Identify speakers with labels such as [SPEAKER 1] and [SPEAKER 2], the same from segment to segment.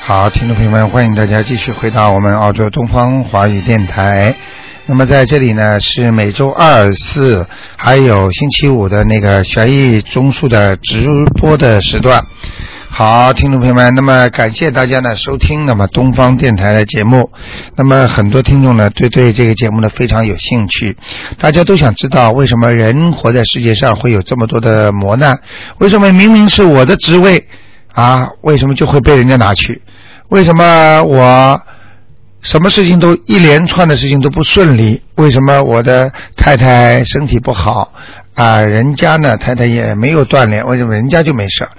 [SPEAKER 1] 好，听众朋友们，欢迎大家继续回到我们澳洲东方华语电台。那么在这里呢，是每周二、四还有星期五的那个悬疑综述的直播的时段。好，听众朋友们，那么感谢大家呢收听那么东方电台的节目。那么很多听众呢对对这个节目呢非常有兴趣，大家都想知道为什么人活在世界上会有这么多的磨难？为什么明明是我的职位啊，为什么就会被人家拿去？为什么我？什么事情都一连串的事情都不顺利，为什么我的太太身体不好啊、人家呢太太也没有锻炼，为什么人家就没事儿？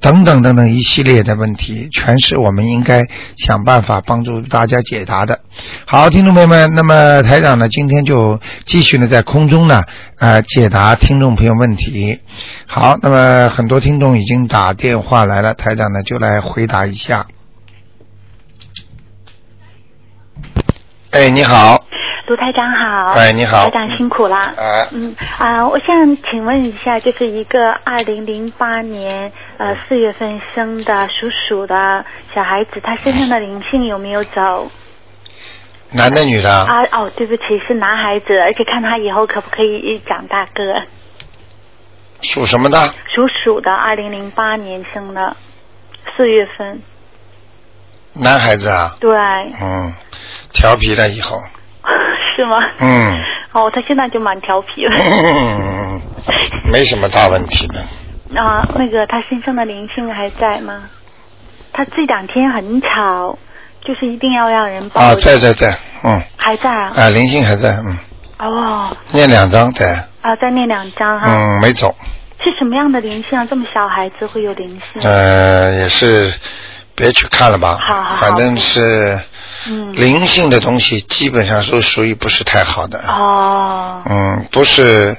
[SPEAKER 1] 等等等等一系列的问题，全是我们应该想办法帮助大家解答的。好，听众朋友们，那么台长呢今天就继续呢在空中呢啊、呃解答听众朋友问题。好，那么很多听众已经打电话来了，台长呢就来回答一下。哎，你好。
[SPEAKER 2] 卢台长好，
[SPEAKER 1] 哎你好
[SPEAKER 2] 台长辛苦啦。
[SPEAKER 1] 哎
[SPEAKER 2] 嗯啊，我想请问一下，就是一个二零零八年
[SPEAKER 1] 嗯
[SPEAKER 2] 呃四月份生的属鼠的小孩子，他身上的灵性有没有走？
[SPEAKER 1] 男的女的？
[SPEAKER 2] 啊哦，对不起，是男孩子，而且看他以后可不可以长大个。
[SPEAKER 1] 属什么的？
[SPEAKER 2] 属鼠的，二零零八年生的，四月份，
[SPEAKER 1] 男孩子啊？
[SPEAKER 2] 对，
[SPEAKER 1] 嗯，调皮了以后。
[SPEAKER 2] 是吗？
[SPEAKER 1] 嗯。
[SPEAKER 2] 哦，他现在就蛮调皮了。
[SPEAKER 1] 嗯没什么大问题的。
[SPEAKER 2] 啊，那个他身上的灵性还在吗？他这两天很吵，就是一定要让人抱。
[SPEAKER 1] 啊，在在在，嗯，
[SPEAKER 2] 还在啊？
[SPEAKER 1] 啊，灵性还在，嗯，
[SPEAKER 2] 哦，
[SPEAKER 1] 念两张在，
[SPEAKER 2] 啊，再念两张哈、
[SPEAKER 1] 嗯，没走，
[SPEAKER 2] 是什么样的灵性啊？这么小孩子会有灵性？
[SPEAKER 1] 呃，也是，别去看了吧，
[SPEAKER 2] 嗯好好好
[SPEAKER 1] 反正是
[SPEAKER 2] 嗯。
[SPEAKER 1] 灵性的东西，基本上都属于不是太好的。
[SPEAKER 2] 哦。
[SPEAKER 1] 嗯，不是，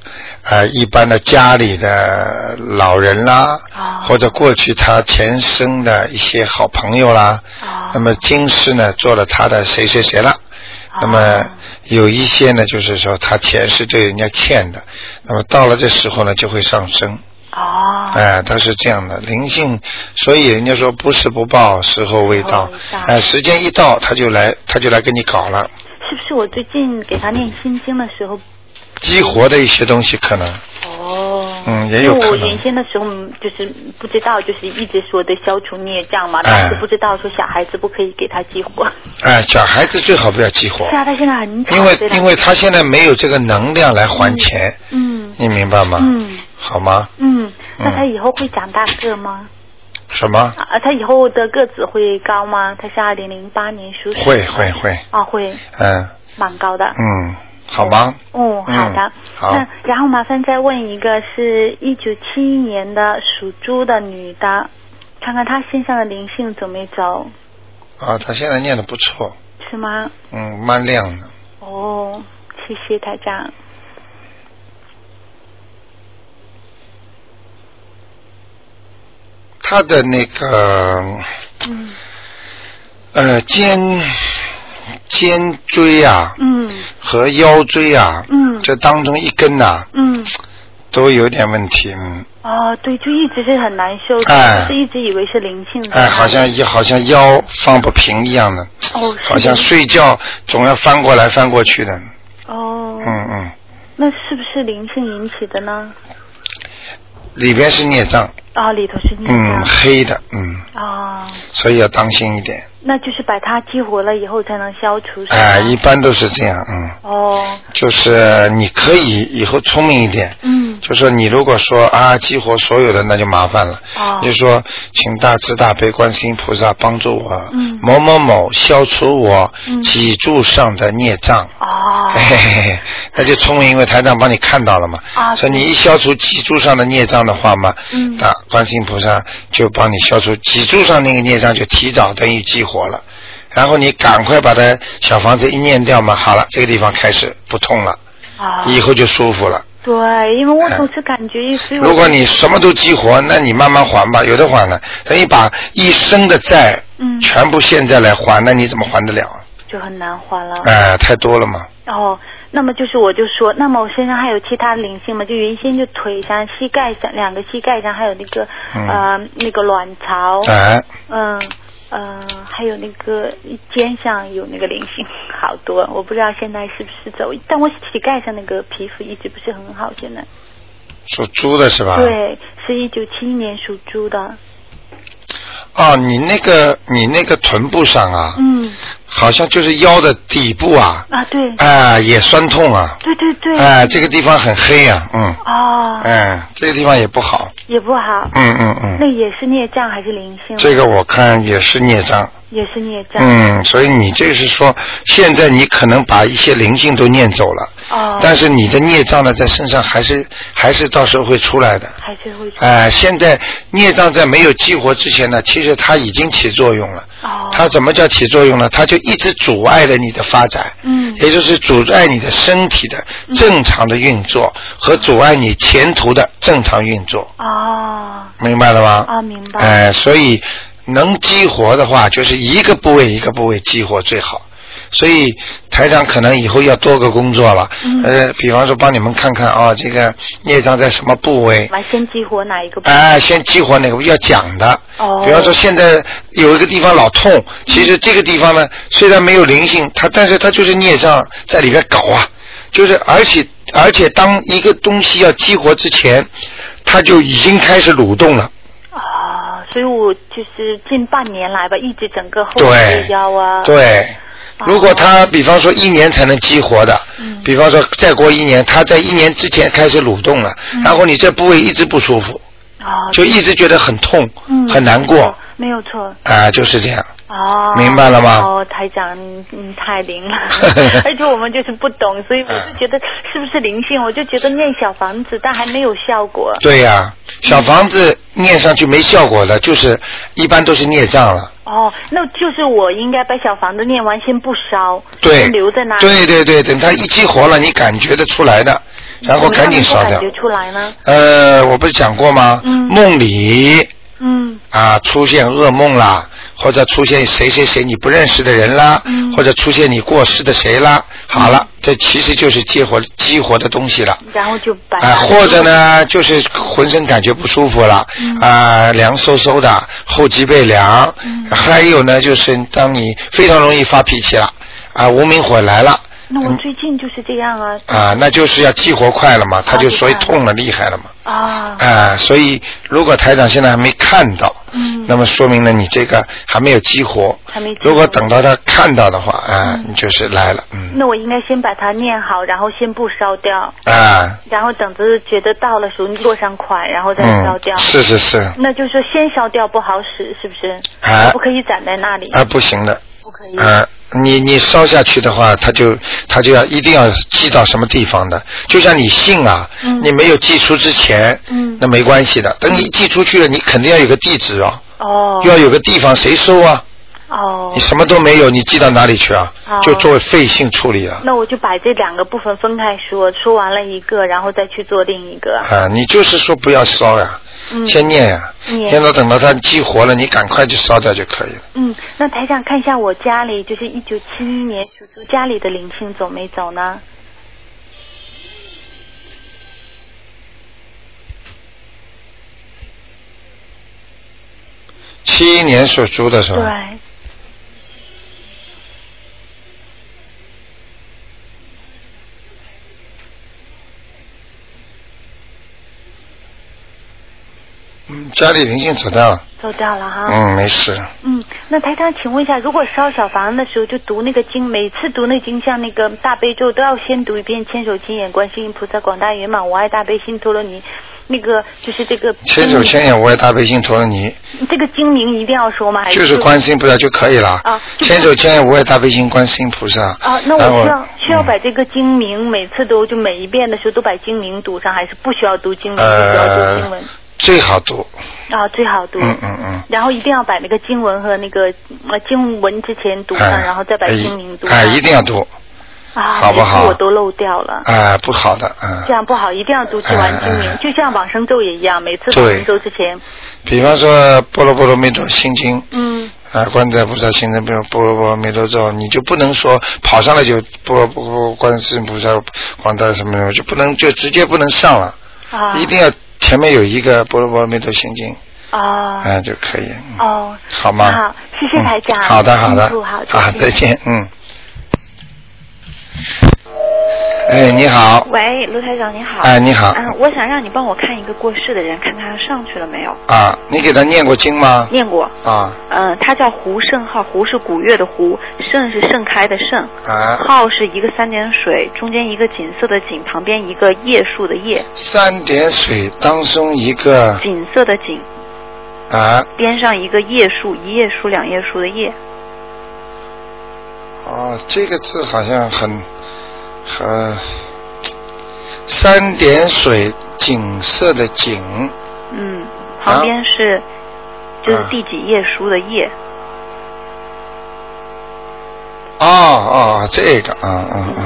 [SPEAKER 1] 呃，一般的家里的老人啦，
[SPEAKER 2] 哦
[SPEAKER 1] 或者过去他前生的一些好朋友啦，
[SPEAKER 2] 哦
[SPEAKER 1] 嗯那么今世呢做了他的谁谁谁了，
[SPEAKER 2] 哦
[SPEAKER 1] 那么有一些呢就是说他前世对人家欠的，那么到了这时候呢就会上升，
[SPEAKER 2] 哦。
[SPEAKER 1] 哎、他是这样的灵性，所以人家说不是不报，时候未到
[SPEAKER 2] 时候哦未，到
[SPEAKER 1] 哎、时间一到他就来他就来跟你搞了，
[SPEAKER 2] 是不是我最近给他念心经的时候？
[SPEAKER 1] 激活的一些东西可能，
[SPEAKER 2] 哦。
[SPEAKER 1] 嗯也有
[SPEAKER 2] 因为我
[SPEAKER 1] 可能
[SPEAKER 2] 原先的时候嗯就是不知道，就是一直说的消除孽障嘛，但是
[SPEAKER 1] 哎
[SPEAKER 2] 不知道说小孩子不可以给他激活。
[SPEAKER 1] 哎、小孩子最好不要激活。
[SPEAKER 2] 是啊，他现在很吵。
[SPEAKER 1] 因为
[SPEAKER 2] 对吧
[SPEAKER 1] 因为他现在没有这个能量来还钱，
[SPEAKER 2] 嗯
[SPEAKER 1] 你明白吗？
[SPEAKER 2] 嗯
[SPEAKER 1] 好吗？
[SPEAKER 2] 嗯，那
[SPEAKER 1] 嗯
[SPEAKER 2] 他以后会长大个吗？
[SPEAKER 1] 什么？
[SPEAKER 2] 啊，他以后的个子会高吗？他是二零零八年属鼠。
[SPEAKER 1] 会会会，
[SPEAKER 2] 啊，会
[SPEAKER 1] 嗯
[SPEAKER 2] 蛮高的。
[SPEAKER 1] 嗯，好吗？
[SPEAKER 2] 嗯，好的
[SPEAKER 1] 嗯。好
[SPEAKER 2] 那然后麻烦再问一个，是一九七一年的属猪的女的，看看她身上的灵性走没走，
[SPEAKER 1] 啊，他现在念的不错，
[SPEAKER 2] 是吗？
[SPEAKER 1] 嗯，蛮亮的。
[SPEAKER 2] 哦，谢谢台长。
[SPEAKER 1] 他的那个
[SPEAKER 2] 嗯
[SPEAKER 1] 呃肩肩椎啊
[SPEAKER 2] 嗯
[SPEAKER 1] 和腰椎啊，
[SPEAKER 2] 嗯
[SPEAKER 1] 这当中一根呐、
[SPEAKER 2] 嗯。
[SPEAKER 1] 都有点问题，嗯，
[SPEAKER 2] 哦，对，就一直是很难受，
[SPEAKER 1] 哎
[SPEAKER 2] 就是一直以为是灵性的。
[SPEAKER 1] 哎，好像也好像腰放不平一样的，
[SPEAKER 2] 哦，是
[SPEAKER 1] 好像
[SPEAKER 2] 的
[SPEAKER 1] 睡觉总要翻过来翻过去的，
[SPEAKER 2] 哦，
[SPEAKER 1] 嗯嗯，
[SPEAKER 2] 那是不是灵性引起的呢？
[SPEAKER 1] 里边是孽障。
[SPEAKER 2] 啊、里头是孽
[SPEAKER 1] 嗯，
[SPEAKER 2] 障。
[SPEAKER 1] 黑的，嗯，
[SPEAKER 2] 啊、
[SPEAKER 1] 所以要当心一点。
[SPEAKER 2] 那就是把它激活了以后才能消除。是吧
[SPEAKER 1] 哎，一般都是这样，嗯，
[SPEAKER 2] 哦，
[SPEAKER 1] 就是你可以以后聪明一点。
[SPEAKER 2] 嗯，
[SPEAKER 1] 就说你如果说啊激活所有的，那就麻烦了。
[SPEAKER 2] 哦
[SPEAKER 1] 你就说请大慈大悲观世音菩萨帮助我，
[SPEAKER 2] 嗯
[SPEAKER 1] 某某某消除我
[SPEAKER 2] 嗯
[SPEAKER 1] 脊柱上的孽障。
[SPEAKER 2] 哦，
[SPEAKER 1] 嘿嘿嘿嘿，那就聪明，因为台长帮你看到了嘛。
[SPEAKER 2] 啊
[SPEAKER 1] 所以
[SPEAKER 2] 对
[SPEAKER 1] 你一消除脊柱上的孽障的话嘛，
[SPEAKER 2] 嗯
[SPEAKER 1] 那观世音菩萨就帮你消除脊柱上那个孽障，就提早等于激活了。然后你赶快把它小房子一念掉嘛，好了，这个地方开始不痛了，
[SPEAKER 2] 啊，
[SPEAKER 1] 以后就舒服了。
[SPEAKER 2] 对，因为我总是感觉，所以我
[SPEAKER 1] 哎如果你什么都激活，那你慢慢还吧，有的还了。等于把一生的债
[SPEAKER 2] 嗯
[SPEAKER 1] 全部现在来还，那你怎么还得了？啊
[SPEAKER 2] 就很难还了。
[SPEAKER 1] 哎、太多了嘛。
[SPEAKER 2] 哦，那么就是我就说，那么我身上还有其他灵性吗？就原先就腿上、膝盖上两个膝盖上还有那个、
[SPEAKER 1] 嗯
[SPEAKER 2] 呃那个卵巢，
[SPEAKER 1] 哎、
[SPEAKER 2] 嗯。呃呃，还有那个肩上有那个菱形，好多，我不知道现在是不是走，但我膝盖上那个皮肤一直不是很好，现在。
[SPEAKER 1] 属猪的是吧？。
[SPEAKER 2] 对，是一九七一年属猪的，
[SPEAKER 1] 哦，你那个你那个臀部上啊，
[SPEAKER 2] 嗯，
[SPEAKER 1] 好像就是腰的底部啊，
[SPEAKER 2] 啊对，
[SPEAKER 1] 哎、也酸痛啊，
[SPEAKER 2] 对对对，
[SPEAKER 1] 哎、这个地方很黑啊，嗯，
[SPEAKER 2] 哦，
[SPEAKER 1] 哎、这个地方也不好，
[SPEAKER 2] 也不好，
[SPEAKER 1] 嗯嗯
[SPEAKER 2] 那
[SPEAKER 1] 嗯，
[SPEAKER 2] 也是孽障还是灵性？啊
[SPEAKER 1] 这个我看也是孽障，
[SPEAKER 2] 也是孽障，
[SPEAKER 1] 嗯，所以你这是说现在你可能把一些灵性都念走了，
[SPEAKER 2] 哦，
[SPEAKER 1] 但是你的孽障呢在身上还是还是到时候会出来的。
[SPEAKER 2] 还是会
[SPEAKER 1] 哎、现在孽障在没有激活之前呢，其实它已经起作用了。
[SPEAKER 2] 哦，
[SPEAKER 1] 它怎么叫起作用呢？它就一直阻碍了你的发展，
[SPEAKER 2] 嗯
[SPEAKER 1] 也就是阻碍你的身体的正常的运作和阻碍你前途的正常运作，
[SPEAKER 2] 哦
[SPEAKER 1] 明白了吗？
[SPEAKER 2] 哦，明白，
[SPEAKER 1] 哎、所以能激活的话，就是一个部位一个部位激活最好。所以台长可能以后要多个工作了，
[SPEAKER 2] 嗯
[SPEAKER 1] 呃，比方说帮你们看看啊、这个孽障在什么部位，
[SPEAKER 2] 完先激活哪一个部位？
[SPEAKER 1] 哎、先激活哪个要讲的。
[SPEAKER 2] 哦，
[SPEAKER 1] 比方说，现在有一个地方老痛，其实这个地方呢，虽然没有灵性，它但是它就是孽障在里边搞啊，就是而且而且当一个东西要激活之前，它就已经开始蠕动了。
[SPEAKER 2] 哦，所以我就是近半年来吧，一直整个后
[SPEAKER 1] 对
[SPEAKER 2] 背腰啊，
[SPEAKER 1] 对，
[SPEAKER 2] 哦
[SPEAKER 1] 如果它比方说一年才能激活的，
[SPEAKER 2] 嗯
[SPEAKER 1] 比方说再过一年，它在一年之前开始蠕动了，
[SPEAKER 2] 嗯
[SPEAKER 1] 然后你这部位一直不舒服，
[SPEAKER 2] 哦，
[SPEAKER 1] 就一直觉得很痛，
[SPEAKER 2] 嗯
[SPEAKER 1] 很难过啊、
[SPEAKER 2] 没有错，
[SPEAKER 1] 就是这样。
[SPEAKER 2] 哦，
[SPEAKER 1] 明白了吗
[SPEAKER 2] 哦，台长，嗯，太灵 了，而且我们就是不懂，所以我就觉得是不是灵性，我就觉得念小房子，但还没有效果。
[SPEAKER 1] 对呀、小房子念上去没效果的，就是一般都是孽障了。
[SPEAKER 2] 哦，那就是我应该把小房子念完，先不烧，
[SPEAKER 1] 对
[SPEAKER 2] 先，留在那里，
[SPEAKER 1] 对对对，等它一激活了，你感觉得出来的，然后
[SPEAKER 2] 怎么
[SPEAKER 1] 赶
[SPEAKER 2] 样
[SPEAKER 1] 紧
[SPEAKER 2] 能够
[SPEAKER 1] 烧掉
[SPEAKER 2] 感。觉出来呢？
[SPEAKER 1] 呃，我不是讲过吗？
[SPEAKER 2] 嗯
[SPEAKER 1] 梦里
[SPEAKER 2] 嗯，
[SPEAKER 1] 啊出现噩梦啦，或者出现谁谁谁你不认识的人啦，
[SPEAKER 2] 嗯
[SPEAKER 1] 或者出现你过世的谁啦，好了，这其实就是激活激活的东西了。
[SPEAKER 2] 然后就把它、
[SPEAKER 1] 啊，或者呢，就是浑身感觉不舒服了，
[SPEAKER 2] 嗯
[SPEAKER 1] 啊，凉飕飕的，后脊背凉，
[SPEAKER 2] 嗯
[SPEAKER 1] 还有呢，就是当你非常容易发脾气了，啊，无名火来了，
[SPEAKER 2] 那我最近就是这样啊，
[SPEAKER 1] 啊，那就是要激活快了嘛，他就
[SPEAKER 2] 激活
[SPEAKER 1] 所以痛了厉害了嘛，
[SPEAKER 2] 啊，
[SPEAKER 1] 啊，所以如果台长现在还没看到，
[SPEAKER 2] 嗯，
[SPEAKER 1] 那么说明呢你这个还没有激活，
[SPEAKER 2] 还没激活
[SPEAKER 1] 如果等到他看到的话，啊，
[SPEAKER 2] 嗯
[SPEAKER 1] 你就是来了，嗯，
[SPEAKER 2] 那我应该先把它念好，然后先不烧掉，
[SPEAKER 1] 啊，
[SPEAKER 2] 然后等着觉得到了时候落上款，然后再烧
[SPEAKER 1] 嗯
[SPEAKER 2] 掉。，
[SPEAKER 1] 是是是，
[SPEAKER 2] 那就是说先烧掉不好使，是不是？
[SPEAKER 1] 啊
[SPEAKER 2] 我不可以攒在那里，
[SPEAKER 1] 啊，不行的。
[SPEAKER 2] 不可以。
[SPEAKER 1] 呃，你你烧下去的话，它就它就要一定要寄到什么地方的，就像你信啊，
[SPEAKER 2] 嗯
[SPEAKER 1] 你没有寄出之前，
[SPEAKER 2] 嗯
[SPEAKER 1] 那没关系的，等你寄出去了，你肯定要有个地址哦，
[SPEAKER 2] 哦
[SPEAKER 1] 要有个地方谁收啊？
[SPEAKER 2] 哦
[SPEAKER 1] 你，什么都没有，你寄到哪里去啊？
[SPEAKER 2] 哦
[SPEAKER 1] 就作为废信处理了。
[SPEAKER 2] 那我就把这两个部分分开说，说完了一个，然后再去做另一个。
[SPEAKER 1] 啊，你就是说不要烧呀，
[SPEAKER 2] 嗯
[SPEAKER 1] 先念呀，
[SPEAKER 2] 念
[SPEAKER 1] 念到等到它激活了，你赶快就烧掉就可以了。
[SPEAKER 2] 嗯，那台长看一下我家里，就是一九七一年属猪家里的灵性走没走呢？
[SPEAKER 1] 七一年属猪的是吧？
[SPEAKER 2] 对，
[SPEAKER 1] 嗯，家里灵性走掉了，
[SPEAKER 2] 走掉了哈。
[SPEAKER 1] 嗯，没事。
[SPEAKER 2] 嗯，那台长，请问一下，如果烧小房子的时候就读那个经，每次读那经，像那个大悲咒都要先读一遍，千手千眼观世音菩萨广大圆满无碍大悲心陀罗尼，那个就是这个
[SPEAKER 1] 千手千眼，我也大悲心陀罗尼。
[SPEAKER 2] 经这个经名一定要说吗？还
[SPEAKER 1] 就是观世音菩萨就可以了。
[SPEAKER 2] 哎啊就是
[SPEAKER 1] 千手千眼无碍大悲心观世音菩萨。
[SPEAKER 2] 啊，那
[SPEAKER 1] 然后
[SPEAKER 2] 我需要需要把
[SPEAKER 1] 嗯
[SPEAKER 2] 这个经名每次都就每一遍的时候都把经名读上，还是不需要读经名，就只要读经文
[SPEAKER 1] 呃最好读，
[SPEAKER 2] 啊，最好读。
[SPEAKER 1] 嗯嗯嗯。
[SPEAKER 2] 然后一定要把那个经文和那个呃经文之前读上，
[SPEAKER 1] 哎
[SPEAKER 2] 然后再把经名读上。
[SPEAKER 1] 哎，一定要读
[SPEAKER 2] 啊，
[SPEAKER 1] 好不好
[SPEAKER 2] 每次我都漏掉了。
[SPEAKER 1] 啊，不好的
[SPEAKER 2] 这
[SPEAKER 1] 啊。
[SPEAKER 2] 样不好，一定要读经完经
[SPEAKER 1] 哎哎
[SPEAKER 2] 名，就像往生咒也一样，每次往生咒之前，
[SPEAKER 1] 比方说《波罗波罗蜜多心经》
[SPEAKER 2] 嗯，
[SPEAKER 1] 啊，观自在菩萨心经，比如《波罗波罗蜜多咒》，你就不能说跑上来就波罗波罗观世音菩萨广大什么什么，就不能就直接不能上了，
[SPEAKER 2] 啊，
[SPEAKER 1] 一定要前面有一个《波罗波罗蜜多心经》，
[SPEAKER 2] 啊
[SPEAKER 3] 哦
[SPEAKER 1] 嗯就可以，嗯
[SPEAKER 3] 哦，
[SPEAKER 1] 好吗？
[SPEAKER 3] 好，谢谢台长。
[SPEAKER 1] 嗯好的，好的
[SPEAKER 3] 辛苦，好，
[SPEAKER 1] 啊，
[SPEAKER 3] 谢谢
[SPEAKER 1] 再。见，嗯。哎，你好，
[SPEAKER 2] 喂，卢台长你好。
[SPEAKER 1] 哎，你好，
[SPEAKER 2] 嗯，我想让你帮我看一个过世的人，看他上去了没有？
[SPEAKER 1] 啊，你给他念过经吗？
[SPEAKER 2] 念过。
[SPEAKER 1] 啊
[SPEAKER 2] 嗯，他叫胡胜浩，胡是古月的胡，盛是盛开的盛，
[SPEAKER 1] 啊，
[SPEAKER 2] 浩是一个三点水，中间一个锦色的锦，旁边一个叶树的叶，
[SPEAKER 1] 三点水当中一个
[SPEAKER 2] 锦色的锦，
[SPEAKER 1] 啊，
[SPEAKER 2] 边上一个叶树，一叶树两叶树的叶。
[SPEAKER 1] 哦，这个字好像很很三点水景色的景
[SPEAKER 2] 嗯，旁边是、就是第几页书的页，
[SPEAKER 1] 哦哦，这个啊啊啊，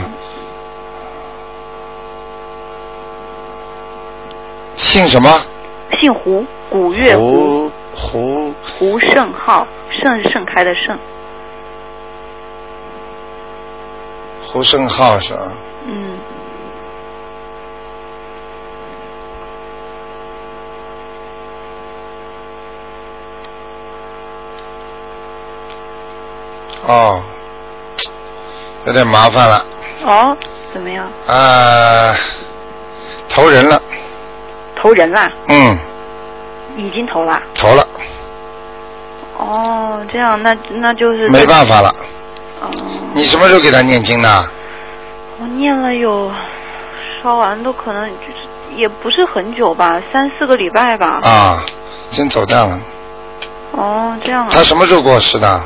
[SPEAKER 1] 姓什么？
[SPEAKER 2] 姓胡，古月胡，
[SPEAKER 1] 胡胡
[SPEAKER 2] 胡胜浩，盛是盛开的盛。
[SPEAKER 1] 胡胜浩是吧？
[SPEAKER 2] 嗯，
[SPEAKER 1] 哦，有点麻烦了
[SPEAKER 2] 哦，怎么样？
[SPEAKER 1] 啊，投人了，
[SPEAKER 2] 投人啦，
[SPEAKER 1] 嗯，
[SPEAKER 2] 已经投啦。
[SPEAKER 1] 投了，
[SPEAKER 2] 哦，这样那那就是
[SPEAKER 1] 没办法了。
[SPEAKER 2] 嗯，
[SPEAKER 1] 你什么时候给他念经的？
[SPEAKER 2] 我念了有烧完都可能就是也不是很久吧，三四个礼拜吧。
[SPEAKER 1] 啊，
[SPEAKER 2] 嗯
[SPEAKER 1] 真走掉了。
[SPEAKER 2] 哦，这样啊
[SPEAKER 1] 他。什么时候过世的？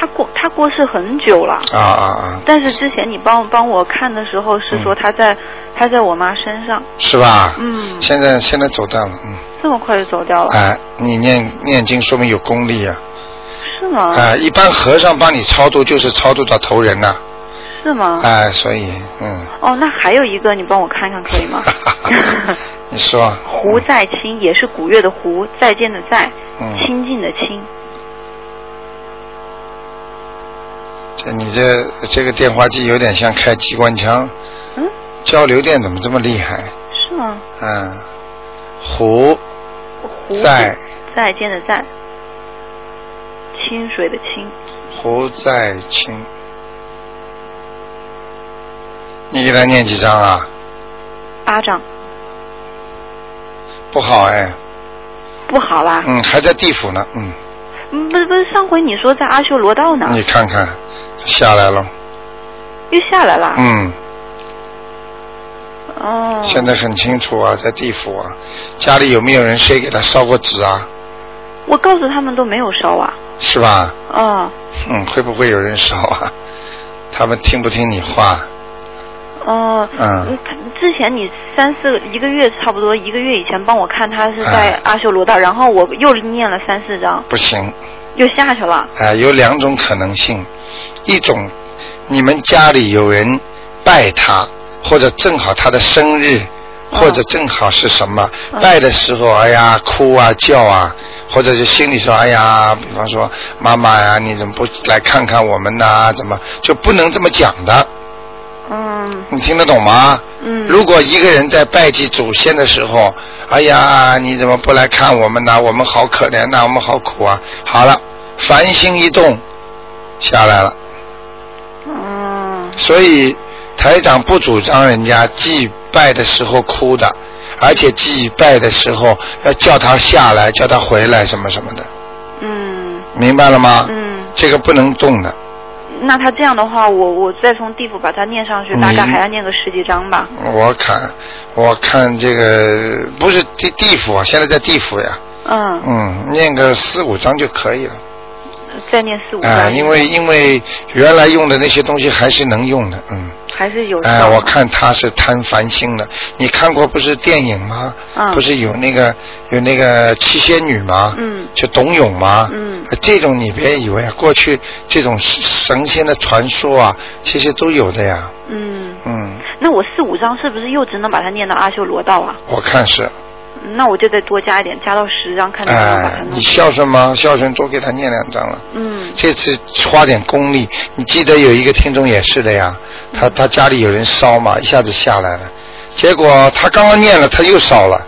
[SPEAKER 2] 他过他过世很久了。
[SPEAKER 1] 啊啊啊，
[SPEAKER 2] 但是之前你帮帮我看的时候是说
[SPEAKER 1] 嗯
[SPEAKER 2] 他在、他在我妈身上，
[SPEAKER 1] 是吧？
[SPEAKER 2] 嗯，哦
[SPEAKER 1] 现在现在走掉了，嗯，
[SPEAKER 2] 这么快就走掉了，
[SPEAKER 1] 哎，你念念经说明有功力啊，
[SPEAKER 2] 是吗？
[SPEAKER 1] 哎，一般和尚帮你超度就是超度到头人了，
[SPEAKER 2] 是吗？
[SPEAKER 1] 哎，所以，嗯，？
[SPEAKER 2] 哦，那还有一个你帮我看看可以吗
[SPEAKER 1] 你说，
[SPEAKER 2] 胡再清也是古月的胡，再见的再，
[SPEAKER 1] 嗯，
[SPEAKER 2] 亲近的亲。
[SPEAKER 1] 这你这这个电话机有点像开机关枪，
[SPEAKER 2] 嗯，
[SPEAKER 1] 交流电怎么这么厉害？
[SPEAKER 2] 是吗？
[SPEAKER 1] 嗯，胡
[SPEAKER 2] 胡
[SPEAKER 1] 在
[SPEAKER 2] 再见的再，清水的清。
[SPEAKER 1] 胡在清，你给他念几张啊？
[SPEAKER 2] 巴掌
[SPEAKER 1] 不好哎，
[SPEAKER 2] 不好啦，
[SPEAKER 1] 嗯，还在地府呢，嗯，
[SPEAKER 2] 嗯不是不是，上回你说在阿修罗道呢，
[SPEAKER 1] 你看看，下来了，
[SPEAKER 2] 又下来了。
[SPEAKER 1] 嗯，
[SPEAKER 2] 哦，
[SPEAKER 1] 现在很清楚啊，在地府啊，家里有没有人谁给他烧过纸啊？
[SPEAKER 2] 我告诉他们都没有烧啊。
[SPEAKER 1] 是吧？
[SPEAKER 2] 哦
[SPEAKER 1] 嗯，会不会有人烧啊？他们听不听你话？
[SPEAKER 2] 哦，
[SPEAKER 1] 嗯，
[SPEAKER 2] 之前你三四个一个月差不多一个月以前帮我看他是
[SPEAKER 1] 嗯
[SPEAKER 2] 在阿修罗道，然后我又念了三四章，
[SPEAKER 1] 不行，
[SPEAKER 2] 又下去了。
[SPEAKER 1] 啊、有两种可能性，一种你们家里有人拜他，或者正好他的生日，
[SPEAKER 2] 嗯
[SPEAKER 1] 或者正好是什么、
[SPEAKER 2] 嗯
[SPEAKER 1] 拜的时候，哎呀哭啊叫啊，或者就心里说，哎呀，比方说妈妈呀、你怎么不来看看我们呐、怎么就不能这么讲的？
[SPEAKER 2] 嗯
[SPEAKER 1] 你听得懂吗？
[SPEAKER 2] 嗯。
[SPEAKER 1] 如果一个人在拜祭祖先的时候，哎呀，你怎么不来看我们呢？我们好可怜呐、我们好苦啊！好了，凡心一动，下来了。
[SPEAKER 2] 嗯
[SPEAKER 1] 所以台长不主张人家祭拜的时候哭的，而且祭拜的时候要叫他下来，叫他回来什么什么的，
[SPEAKER 2] 嗯
[SPEAKER 1] 明白了吗？
[SPEAKER 2] 嗯，
[SPEAKER 1] 这个不能动的，
[SPEAKER 2] 那他这样的话，我我再从地府把他念上去，
[SPEAKER 1] 嗯
[SPEAKER 2] 大概还要念个十几章吧。
[SPEAKER 1] 我看，我看这个不是地地府啊，现在在地府呀，
[SPEAKER 2] 嗯，
[SPEAKER 1] 嗯，念个四五章就可以了。
[SPEAKER 2] 再念四五章。
[SPEAKER 1] 啊，因为因为原来用的那些东西还是能用的，嗯，
[SPEAKER 2] 还是有效。
[SPEAKER 1] 哎、我。看他是贪烦心的。你看过不是电影吗？
[SPEAKER 2] 嗯
[SPEAKER 1] 不是有那个有那个七仙女吗？
[SPEAKER 2] 嗯
[SPEAKER 1] 就董永吗？
[SPEAKER 2] 嗯
[SPEAKER 1] 呃这种你别以为啊，过去这种神仙的传说啊，其实都有的呀，
[SPEAKER 2] 嗯，
[SPEAKER 1] 嗯，
[SPEAKER 2] 那我四五章是不是又只能把它念到阿修罗道啊？
[SPEAKER 1] 我看是，
[SPEAKER 2] 嗯那我就再多加一点，加到十章，看
[SPEAKER 1] 哎、
[SPEAKER 2] 能不能把它弄
[SPEAKER 1] 你
[SPEAKER 2] 出来。
[SPEAKER 1] 孝顺吗？孝顺多给他念两张了。
[SPEAKER 2] 嗯
[SPEAKER 1] 这次花点功力，你记得有一个听众也是的呀，他他家里有人烧嘛，一下子下来了，
[SPEAKER 2] 嗯啊
[SPEAKER 1] 结果他刚刚念了，他又烧了，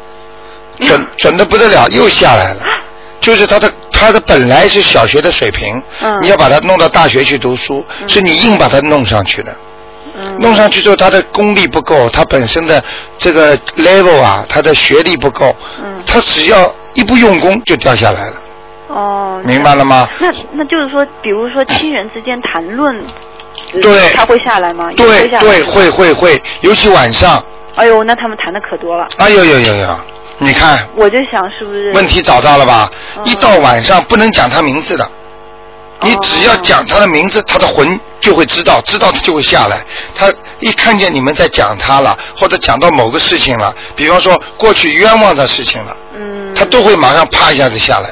[SPEAKER 1] 准准的不得了，又下来了，就是他的他的本来是小学的水平，
[SPEAKER 2] 嗯
[SPEAKER 1] 你要把他弄到大学去读书，是你硬把他弄上去的。
[SPEAKER 2] 嗯
[SPEAKER 1] 弄上去之后，他的功力不够，他本身的这个 level 啊，他的学历不够，
[SPEAKER 2] 嗯
[SPEAKER 1] 他只要一不用功就掉下来了，
[SPEAKER 2] 哦，
[SPEAKER 1] 明白了吗？
[SPEAKER 2] 那那就是说，比如说亲人之间谈论，呃
[SPEAKER 1] 对
[SPEAKER 2] 他会下来吗？也
[SPEAKER 1] 对
[SPEAKER 2] 会下来
[SPEAKER 1] 对，会会会，尤其晚上，
[SPEAKER 2] 哎呦，那他们谈的可多了。
[SPEAKER 1] 哎呦呦呦呦，你看
[SPEAKER 2] 我就想是不是
[SPEAKER 1] 问题找到了吧？
[SPEAKER 2] 嗯
[SPEAKER 1] 一到晚上不能讲他名字的，你只
[SPEAKER 2] 哦
[SPEAKER 1] 要讲他的名字，他的魂就会知道，知道他就会下来。他一看见你们在讲他了，或者讲到某个事情了，比方说过去冤枉的事情了，
[SPEAKER 2] 嗯，
[SPEAKER 1] 他都会马上啪一下子下来。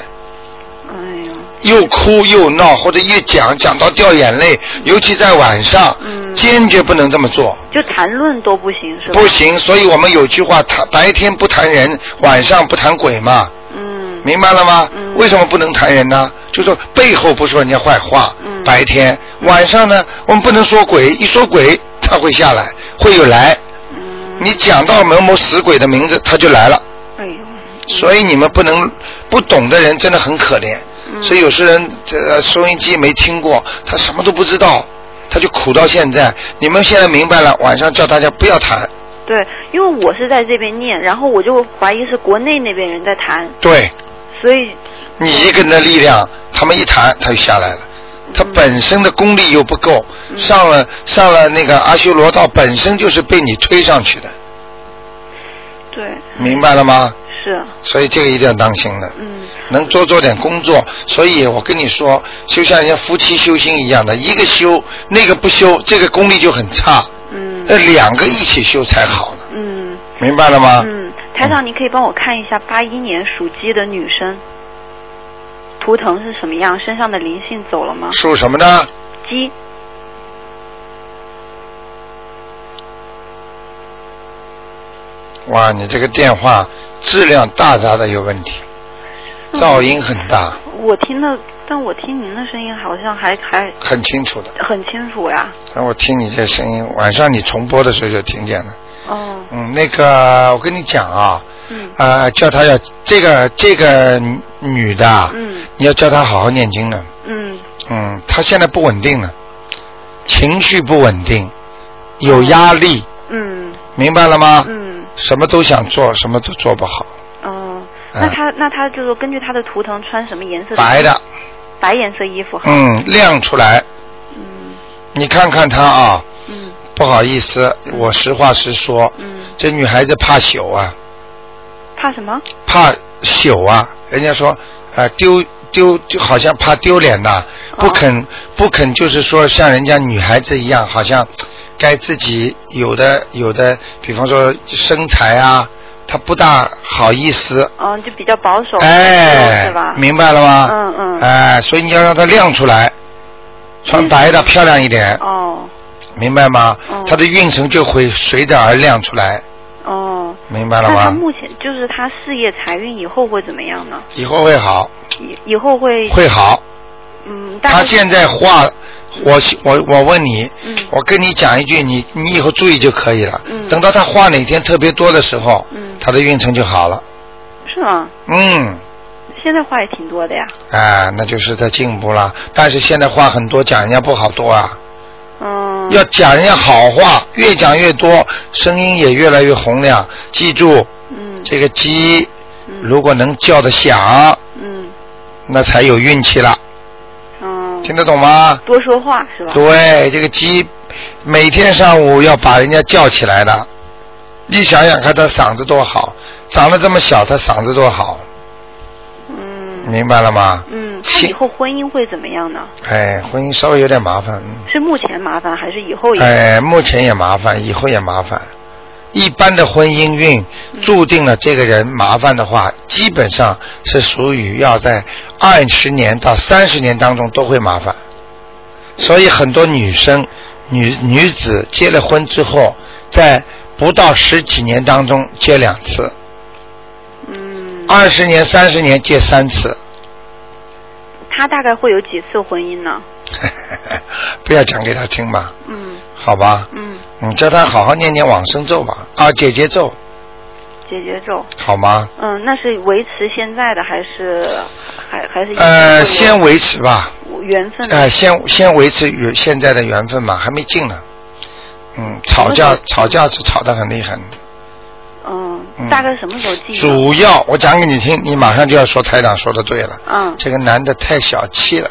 [SPEAKER 2] 哎呦，
[SPEAKER 1] 又哭又闹，或者一讲讲到掉眼泪，尤其在晚上，
[SPEAKER 2] 嗯
[SPEAKER 1] 坚决不能这么做，
[SPEAKER 2] 就谈论都不行是吧？
[SPEAKER 1] 不行。所以我们有句话，谈白天不谈人，晚上不谈鬼嘛，
[SPEAKER 2] 嗯，
[SPEAKER 1] 明白了吗？
[SPEAKER 2] 嗯
[SPEAKER 1] 为什么不能谈人呢？就说背后不说人家坏话，
[SPEAKER 2] 嗯
[SPEAKER 1] 白天晚上呢，我们不能说鬼，一说鬼他会下来，会有来。
[SPEAKER 2] 嗯，
[SPEAKER 1] 你讲到某某死鬼的名字，他就来了。
[SPEAKER 2] 哎呦，
[SPEAKER 1] 所以你们不能不懂的人真的很可怜。
[SPEAKER 2] 嗯
[SPEAKER 1] 所以有些人这个收音机没听过，他什么都不知道，他就苦到现在。你们现在明白了，晚上叫大家不要谈。
[SPEAKER 2] 对，因为我是在这边念，然后我就怀疑是国内那边人在谈，
[SPEAKER 1] 对
[SPEAKER 2] 所以
[SPEAKER 1] 你一个人的力量，他们一谈他就下来了。他本身的功力又不够，
[SPEAKER 2] 嗯
[SPEAKER 1] 上了上了那个阿修罗道，本身就是被你推上去的，
[SPEAKER 2] 对
[SPEAKER 1] 明白了吗？
[SPEAKER 2] 是
[SPEAKER 1] 所以这个一定要当心的。
[SPEAKER 2] 嗯
[SPEAKER 1] 能多做点工作，所以我跟你说，就像人家夫妻修心一样的，一个修，那个不修，这个功力就很差，
[SPEAKER 2] 嗯
[SPEAKER 1] 那两个一起修才好呢，
[SPEAKER 2] 嗯
[SPEAKER 1] 明白了吗？
[SPEAKER 2] 嗯，台长，你可以帮我看一下八一年属鸡的女生图腾是什么样？身上的灵性走了吗？
[SPEAKER 1] 属什么呢？
[SPEAKER 2] 鸡
[SPEAKER 1] 哇，你这个电话质量大大的有问题，噪音很大，
[SPEAKER 2] 我听的，但我听您的声音好像还还
[SPEAKER 1] 很清楚的。
[SPEAKER 2] 很清楚呀。
[SPEAKER 1] 那我听你这声音，晚上你重播的时候就听见了。
[SPEAKER 2] 哦，
[SPEAKER 1] 嗯，那个我跟你讲啊，
[SPEAKER 2] 嗯
[SPEAKER 1] 呃，叫她要这个这个女的啊，
[SPEAKER 2] 嗯
[SPEAKER 1] 你要叫她好好念经的。
[SPEAKER 2] 嗯
[SPEAKER 1] 嗯，他现在不稳定了，情绪不稳定，有压力，
[SPEAKER 2] 嗯
[SPEAKER 1] 明白了吗？
[SPEAKER 2] 嗯，
[SPEAKER 1] 什么都想做，什么都做不好。
[SPEAKER 2] 哦，那他那他就是根据他的图腾穿什么颜色的
[SPEAKER 1] 啊白的，
[SPEAKER 2] 白颜色衣服好？
[SPEAKER 1] 嗯，亮出来。
[SPEAKER 2] 嗯
[SPEAKER 1] 你看看他啊，
[SPEAKER 2] 嗯
[SPEAKER 1] 不好意思，我实话实说，
[SPEAKER 2] 嗯，
[SPEAKER 1] 这女孩子怕朽啊，
[SPEAKER 2] 怕什么？
[SPEAKER 1] 怕朽啊。人家说，呃，丢丢就好像怕丢脸呐、
[SPEAKER 2] 哦
[SPEAKER 1] 不肯、不肯，就是说像人家女孩子一样，好像该自己有的有的，比方说身材啊，她不大好意思，
[SPEAKER 2] 嗯，就比较保守，
[SPEAKER 1] 哎
[SPEAKER 2] 是吧，？
[SPEAKER 1] 明白了吗？
[SPEAKER 2] 嗯嗯
[SPEAKER 1] 哎，所以你要让她亮出来，穿白
[SPEAKER 2] 嗯
[SPEAKER 1] 的漂亮一点，
[SPEAKER 2] 哦
[SPEAKER 1] 明白吗
[SPEAKER 2] 嗯？
[SPEAKER 1] 她的运程就会随着而亮出来，
[SPEAKER 2] 哦，
[SPEAKER 1] 明白了
[SPEAKER 2] 那
[SPEAKER 1] 吗？
[SPEAKER 2] 他目前就是他事业财运以后会怎么样呢？
[SPEAKER 1] 以后会好，
[SPEAKER 2] 以以后会
[SPEAKER 1] 会好。
[SPEAKER 2] 嗯，大
[SPEAKER 1] 她
[SPEAKER 2] 概
[SPEAKER 1] 现哦在画，我我我问你，
[SPEAKER 2] 嗯
[SPEAKER 1] 我跟你讲一句，你你以后注意就可以了。
[SPEAKER 2] 嗯
[SPEAKER 1] 等到他话哪天特别多的时候，
[SPEAKER 2] 嗯
[SPEAKER 1] 他的运程就好了。
[SPEAKER 2] 是吗？
[SPEAKER 1] 嗯，
[SPEAKER 2] 现在话也挺多的呀。
[SPEAKER 1] 啊，那就是在进步了。但是现在话很多，讲人家不好多啊。
[SPEAKER 2] 嗯，
[SPEAKER 1] 要讲人家好话，越讲越多，声音也越来越洪亮。记住，
[SPEAKER 2] 嗯
[SPEAKER 1] 这个鸡
[SPEAKER 2] 嗯
[SPEAKER 1] 如果能叫得响，
[SPEAKER 2] 嗯
[SPEAKER 1] 那才有运气了。
[SPEAKER 2] 嗯，
[SPEAKER 1] 听得懂吗？
[SPEAKER 2] 多说话是吧？
[SPEAKER 1] 对，这个鸡每天上午要把人家叫起来的。你想想看，他嗓子多好，长得这么小，他嗓子多好，
[SPEAKER 2] 嗯
[SPEAKER 1] 明白了吗？
[SPEAKER 2] 嗯，他以后婚姻会怎么样呢？
[SPEAKER 1] 哎，婚姻稍微有点麻烦，嗯
[SPEAKER 2] 是目前麻烦还是以后也？
[SPEAKER 1] 哎，目前也麻烦，以后也麻烦。一般的婚姻运注定了这个人麻烦的话，基本上是属于要在二十年到三十年当中都会麻烦。所以很多女生、女女子结了婚之后，在不到十几年当中结两次，
[SPEAKER 2] 嗯，
[SPEAKER 1] 二十年、三十年结三次。
[SPEAKER 2] 他大概会有几次婚姻呢？
[SPEAKER 1] 不要讲给他听吧，
[SPEAKER 2] 嗯
[SPEAKER 1] 好吧？
[SPEAKER 2] 嗯
[SPEAKER 1] 你叫他好好念念往生咒吧，啊，解结咒，
[SPEAKER 2] 解结咒。
[SPEAKER 1] 好吗？
[SPEAKER 2] 嗯，那是维持现在的还是还还是以前会
[SPEAKER 1] 呃，
[SPEAKER 2] 有
[SPEAKER 1] 先维持吧，
[SPEAKER 2] 缘分的
[SPEAKER 1] 呃，先先维持与现在的缘分嘛，还没尽呢。嗯，吵架吵架是吵得很厉害的，
[SPEAKER 2] 嗯
[SPEAKER 1] 嗯，
[SPEAKER 2] 大概什么时候记得？
[SPEAKER 1] 主要我讲给你听，你马上就要说台长说的对了，
[SPEAKER 2] 嗯，
[SPEAKER 1] 这个男的太小气了，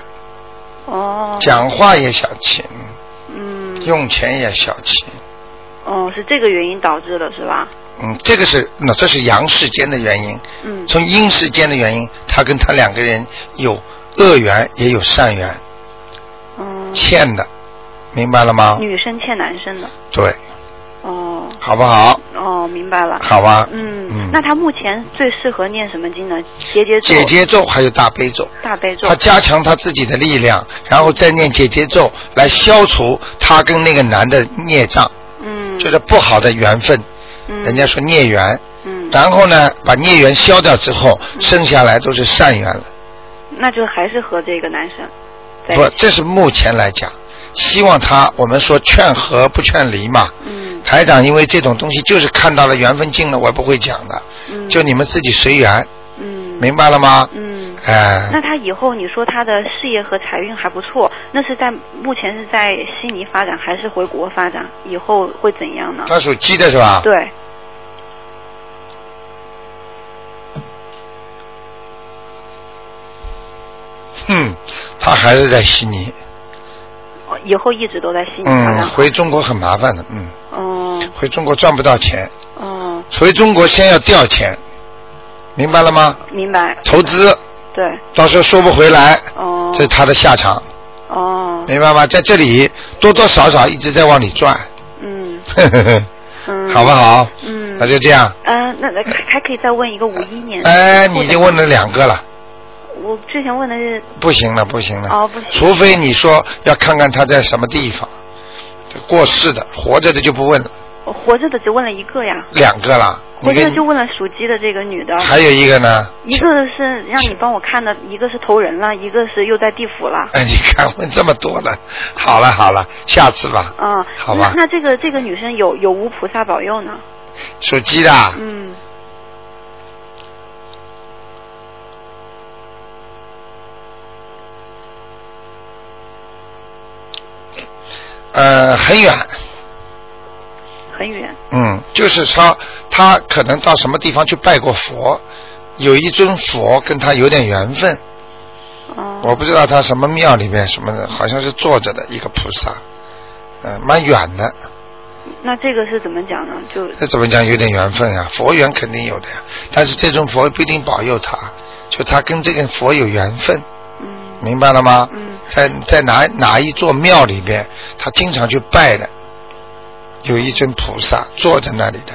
[SPEAKER 2] 哦，
[SPEAKER 1] 讲话也小气，嗯
[SPEAKER 2] 嗯，
[SPEAKER 1] 用钱也小气，
[SPEAKER 2] 哦，是这个原因导致的是吧？
[SPEAKER 1] 嗯，这个是那这是阳世间的原因，
[SPEAKER 2] 嗯，
[SPEAKER 1] 从阴世间的原因，他跟他两个人有恶缘也有善缘，
[SPEAKER 2] 嗯，
[SPEAKER 1] 欠的，明白了吗？
[SPEAKER 2] 女生欠男生的，
[SPEAKER 1] 对，
[SPEAKER 2] 哦
[SPEAKER 1] 好不好？
[SPEAKER 2] 哦，明白了。
[SPEAKER 1] 好吧。
[SPEAKER 2] 嗯
[SPEAKER 1] 啊嗯，
[SPEAKER 2] 那他目前最适合念什么经呢？结节咒、
[SPEAKER 1] 姐姐咒还有大悲咒，
[SPEAKER 2] 大悲咒
[SPEAKER 1] 他。加强他自己的力量，然后再念姐姐咒来消除他跟那个男的孽障，
[SPEAKER 2] 嗯，
[SPEAKER 1] 就是不好的缘分，
[SPEAKER 2] 嗯
[SPEAKER 1] 人家说孽缘。
[SPEAKER 2] 嗯，
[SPEAKER 1] 然后呢，把孽缘消掉之后，剩下来都是善缘了。
[SPEAKER 2] 那就还是和这个男生在
[SPEAKER 1] 不
[SPEAKER 2] 一，起。
[SPEAKER 1] 这是目前来讲，希望他我们说劝和不劝离嘛。
[SPEAKER 2] 嗯
[SPEAKER 1] 台长因为这种东西就是看到了缘分尽了，我不会讲的，
[SPEAKER 2] 嗯，
[SPEAKER 1] 就你们自己随缘，
[SPEAKER 2] 嗯
[SPEAKER 1] 明白了吗？
[SPEAKER 2] 嗯。
[SPEAKER 1] 哎、
[SPEAKER 2] 那他以后你说他的事业和财运还不错，那是在目前是在悉尼发展还是回国发展？以后会怎样呢？
[SPEAKER 1] 他属鸡的是吧？
[SPEAKER 2] 对，
[SPEAKER 1] 嗯，他还是在悉尼。
[SPEAKER 2] 哦以后一直都在悉尼发展
[SPEAKER 1] 嗯，。回中国很麻烦的，嗯，
[SPEAKER 2] 哦
[SPEAKER 1] 回中国赚不到钱，
[SPEAKER 2] 哦，
[SPEAKER 1] 回中国先要调钱，明白了吗？
[SPEAKER 2] 明白。
[SPEAKER 1] 投资
[SPEAKER 2] 对，
[SPEAKER 1] 到时候收不回来，
[SPEAKER 2] 哦
[SPEAKER 1] 这是他的下场，
[SPEAKER 2] 哦，
[SPEAKER 1] 明白吗？在这里多多少少一直在往里赚，
[SPEAKER 2] 嗯
[SPEAKER 1] 呵呵呵，
[SPEAKER 2] 嗯，
[SPEAKER 1] 好不好？
[SPEAKER 2] 嗯
[SPEAKER 1] 那。就这样。
[SPEAKER 2] 呃，那那还还可以再问一个五一年。
[SPEAKER 1] 哎，你已经问了。两个了，
[SPEAKER 2] 我之前问的是
[SPEAKER 1] 不行了，不行了。
[SPEAKER 2] 哦不行
[SPEAKER 1] 除非你说要看看他在什么地方，过世的、活着的就不问了，
[SPEAKER 2] 我活着的只问了一个呀，
[SPEAKER 1] 两个了。你
[SPEAKER 2] 活着
[SPEAKER 1] 跟
[SPEAKER 2] 的就问了属鸡的这 个女的，
[SPEAKER 1] 还有一个呢？
[SPEAKER 2] 一个是让你帮我看的，一个是投人了，一个是又在地府了。
[SPEAKER 1] 哎，你看问这么多了，好了好了，下次吧。
[SPEAKER 2] 啊、
[SPEAKER 1] 好吧
[SPEAKER 2] 那那这个这个女生有有无菩萨保佑呢？
[SPEAKER 1] 属鸡的啊，
[SPEAKER 2] 嗯，
[SPEAKER 1] 呃，很远，
[SPEAKER 2] 很远。
[SPEAKER 1] 嗯，就是说他可能到什么地方去拜过佛，有一尊佛跟他有点缘分，
[SPEAKER 2] 哦、
[SPEAKER 1] 我不知道他什么庙里面什么的，好像是坐着的一个菩萨，嗯、蛮远的，
[SPEAKER 2] 那这个是怎么讲呢？就
[SPEAKER 1] 这怎么讲有点缘分啊？佛缘肯定有的呀，但是这尊佛不一定保佑他，就他跟这个佛有缘分，
[SPEAKER 2] 嗯
[SPEAKER 1] 明白了吗？
[SPEAKER 2] 嗯
[SPEAKER 1] 在在哪哪一座庙里边，他经常去拜的，有一尊菩萨坐在那里的。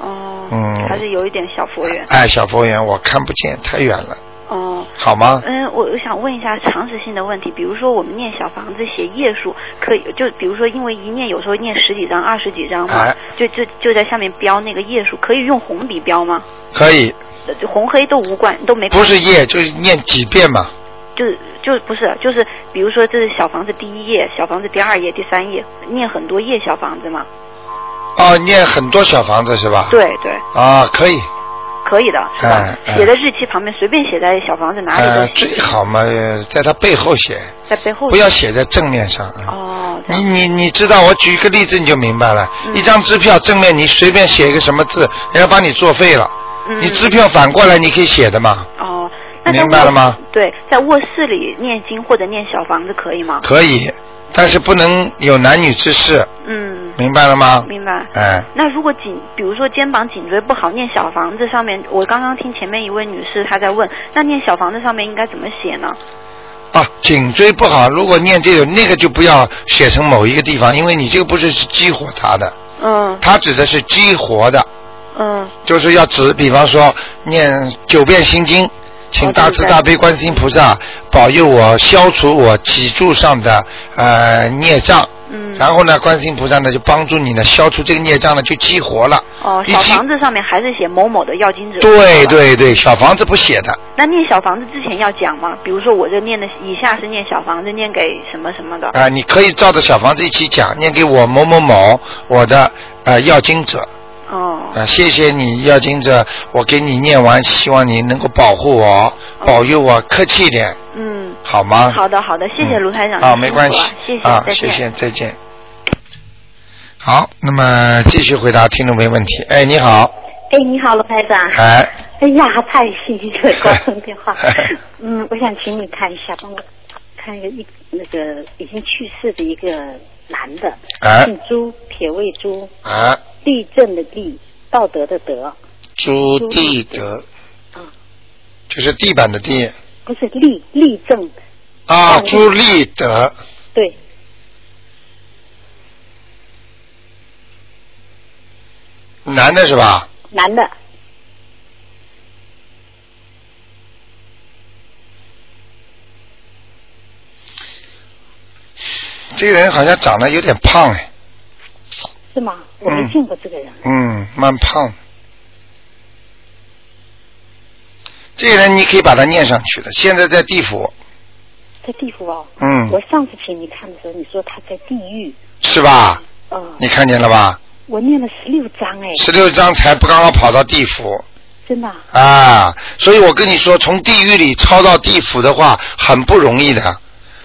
[SPEAKER 2] 哦，
[SPEAKER 1] 嗯
[SPEAKER 2] 还是有一点小佛缘。
[SPEAKER 1] 哎，小佛缘，我看不见，太远了，
[SPEAKER 2] 哦，
[SPEAKER 1] 好吗？
[SPEAKER 2] 嗯，我我想问一下常识性的问题，比如说我们念小房子写页数，可以就比如说因为一念有时候念十几张、二十几张嘛，
[SPEAKER 1] 哎
[SPEAKER 2] 就就就在下面标那个页数，可以用红笔标吗？
[SPEAKER 1] 可以，
[SPEAKER 2] 呃就红黑都无关，都没关
[SPEAKER 1] 不是业就是念几遍嘛，
[SPEAKER 2] 就是就不是就是比如说这是小房子第一页，小房子第二页、第三页，念很多页小房子嘛？
[SPEAKER 1] 哦，念很多小房子是吧？。
[SPEAKER 2] 对对，
[SPEAKER 1] 啊，可以，
[SPEAKER 2] 可以的，是吧？
[SPEAKER 1] 哎哎
[SPEAKER 2] 写的日期旁边随便写在小房子哪里都
[SPEAKER 1] 呃，
[SPEAKER 2] 行，
[SPEAKER 1] 最好嘛，呃在他背后写，
[SPEAKER 2] 在背后
[SPEAKER 1] 不要写在正面上啊。
[SPEAKER 2] 哦，这
[SPEAKER 1] 你
[SPEAKER 2] 样
[SPEAKER 1] 你你知道，我举一个例子你就明白了。
[SPEAKER 2] 嗯
[SPEAKER 1] 一张支票正面你随便写一个什么字，人家把你作废了。
[SPEAKER 2] 嗯
[SPEAKER 1] 你支票反过来你可以写的嘛，
[SPEAKER 2] 哦，那在
[SPEAKER 1] 明白了吗
[SPEAKER 2] 卧？对，在卧室里念经或者念小房子可以吗？
[SPEAKER 1] 可以，但是不能有男女之事，
[SPEAKER 2] 嗯，
[SPEAKER 1] 明白了吗？
[SPEAKER 2] 明白。
[SPEAKER 1] 哎，
[SPEAKER 2] 那如果颈，比如说肩膀颈椎不好，念小房子上面，我刚刚听前面一位女士她在问，那念小房子上面应该怎么写呢？
[SPEAKER 1] 啊，颈椎不好，如果念这个那个就不要写成某一个地方，因为你这个不是是激活它的，
[SPEAKER 2] 嗯
[SPEAKER 1] 它指的是激活的，
[SPEAKER 2] 嗯
[SPEAKER 1] 就是要指，比方说念九遍心经，请
[SPEAKER 2] 哦
[SPEAKER 1] 大
[SPEAKER 2] 对
[SPEAKER 1] 慈
[SPEAKER 2] 对
[SPEAKER 1] 大悲观世音菩萨保佑我消除我脊柱上的呃孽障。
[SPEAKER 2] 嗯。
[SPEAKER 1] 然后呢，观世音菩萨呢就帮助你呢消除这个孽障呢，就激活了。
[SPEAKER 2] 哦，
[SPEAKER 1] 一
[SPEAKER 2] 小
[SPEAKER 1] 激
[SPEAKER 2] 房子上面还是写某某的要经者。
[SPEAKER 1] 对。对对，小房子不写的，
[SPEAKER 2] 那念小房子之前要讲吗？比如说我这念的以下是念小房子，念给什么什么的。
[SPEAKER 1] 啊、你可以照着小房子一起讲，念给我某某某，我的呃要经者，
[SPEAKER 2] 哦，
[SPEAKER 1] 啊，谢谢你要经者，我给你念完，希望你能够保护我，保佑我，客气一点，
[SPEAKER 2] 嗯，
[SPEAKER 1] 好吗？
[SPEAKER 2] 好的好的，谢谢卢台长。
[SPEAKER 1] 啊，没关系，
[SPEAKER 2] 谢谢，
[SPEAKER 1] 啊，
[SPEAKER 2] 再
[SPEAKER 1] 谢
[SPEAKER 2] 见。
[SPEAKER 1] 谢，再见。好，那么继续回答听众朋友问题。哎，你好，
[SPEAKER 4] 哎，你好，罗台长。
[SPEAKER 1] 哎，
[SPEAKER 4] 哎呀，太幸运了，挂通 电话。嗯，我想请你看一下，帮我看一个一那个已经去世的一个男的，
[SPEAKER 1] 哎
[SPEAKER 4] 姓朱，铁卫朱，
[SPEAKER 1] 啊，
[SPEAKER 4] 地震的地，道德的德，
[SPEAKER 1] 朱地德，
[SPEAKER 4] 啊，
[SPEAKER 1] 就是地板的地
[SPEAKER 4] 不是立立正，
[SPEAKER 1] 啊，
[SPEAKER 2] 哦
[SPEAKER 4] 嗯
[SPEAKER 1] 朱立德，
[SPEAKER 4] 对，
[SPEAKER 1] 男的是吧？
[SPEAKER 4] 男的，
[SPEAKER 1] 这个人好像长得有点胖哎，
[SPEAKER 4] 是吗？我没
[SPEAKER 1] 嗯
[SPEAKER 4] 见过这个人。
[SPEAKER 1] 嗯，蛮胖。这个人你可以把他念上去的，现在在地府，
[SPEAKER 4] 在地府哦，
[SPEAKER 1] 嗯
[SPEAKER 4] 我，上次请你看的时候，你说他在地狱，
[SPEAKER 1] 是吧？
[SPEAKER 4] 嗯，
[SPEAKER 1] 你看见了吧？
[SPEAKER 4] 我念了十六章哎，
[SPEAKER 1] 十六章才不刚刚跑到地府
[SPEAKER 4] 真的啊，
[SPEAKER 1] 啊！所以我跟你说，从地狱里超到地府的话，很不容易的。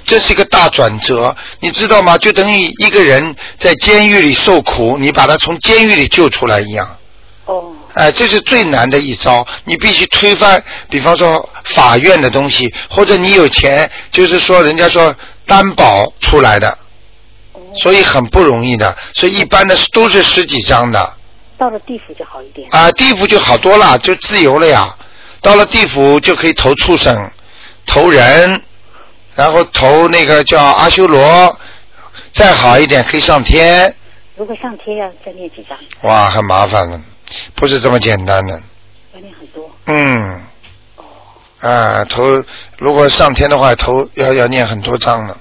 [SPEAKER 1] 这是一个大转折，你知道吗？就等于一个人在监狱里受苦，你把他从监狱里救出来一样。
[SPEAKER 4] 哦，
[SPEAKER 1] 哎，这是最难的一招，你必须推翻，比方说法院的东西，或者你有钱，就是说人家说担保出来的，
[SPEAKER 4] 哦，
[SPEAKER 1] 所以很不容易的，所以一般的都是十几张的。
[SPEAKER 4] 到了地府就好一点，
[SPEAKER 1] 啊，地府就好多了，就自由了呀。到了地府就可以投畜生、投人，然后投那个叫阿修罗，再好一点可以上天。
[SPEAKER 4] 如果上天要再念几章，
[SPEAKER 1] 哇，很麻烦的，不是这么简单的。
[SPEAKER 4] 要念很多。
[SPEAKER 1] 嗯，啊，投如果上天的话，投要要念很多章呢，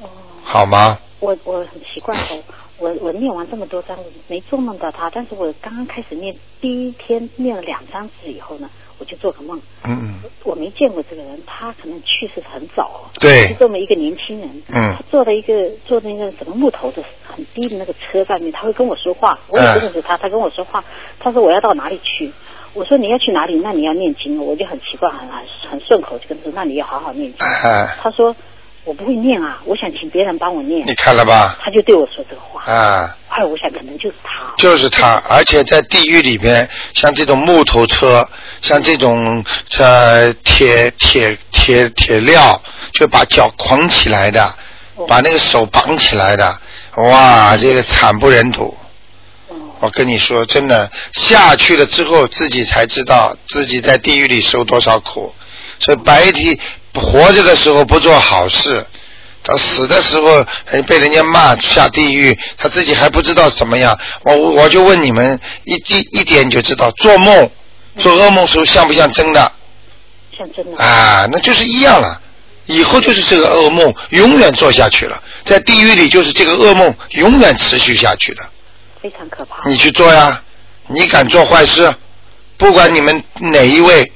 [SPEAKER 4] 哦，
[SPEAKER 1] 好吗？
[SPEAKER 4] 我我很奇怪，我我我念完这么多章，我没做梦到他，但是我刚刚开始念第一天念了两张纸以后呢，我就做个梦，
[SPEAKER 1] 嗯，
[SPEAKER 4] 我没见过这个人，他可能去世很早，
[SPEAKER 1] 对
[SPEAKER 4] 是这么一个年轻人，
[SPEAKER 1] 嗯
[SPEAKER 4] 他坐在一个坐在那个什么木头的很低的那个车上面，他会跟我说话，我也不认识他，他跟我说话，他说我要到哪里去。我说你要去哪里？那你要念经，哦我就很奇怪，很很很顺口，就跟他说，那你要好好念经。
[SPEAKER 1] 哎，
[SPEAKER 4] 他说我不会念啊，我想请别人帮我念
[SPEAKER 1] 你。看了吧？
[SPEAKER 4] 他就对我说这个话，
[SPEAKER 1] 啊。
[SPEAKER 4] 后来我想可能就是他，
[SPEAKER 1] 就是他，而且在地狱里边，像这种木头车，像这种呃铁铁铁铁镣，就把脚捆起来的，
[SPEAKER 4] 哦
[SPEAKER 1] 把那个手绑起来的，哇，这个惨不忍睹。
[SPEAKER 4] 嗯，
[SPEAKER 1] 我跟你说，真的下去了之后，自己才知道自己在地狱里受多少苦。所以白天活着的时候不做好事，到死的时候还被人家骂下地狱，他自己还不知道怎么样。我我就问你们一一一点就知道，做梦做噩梦时候像不像真的
[SPEAKER 4] 像真的，
[SPEAKER 1] 啊？那就是一样了。以后就是这个噩梦永远做下去了，在地狱里就是这个噩梦永远持续下去的。
[SPEAKER 4] 非常可怕。
[SPEAKER 1] 你去做呀，你敢做坏事，不管你们哪一位，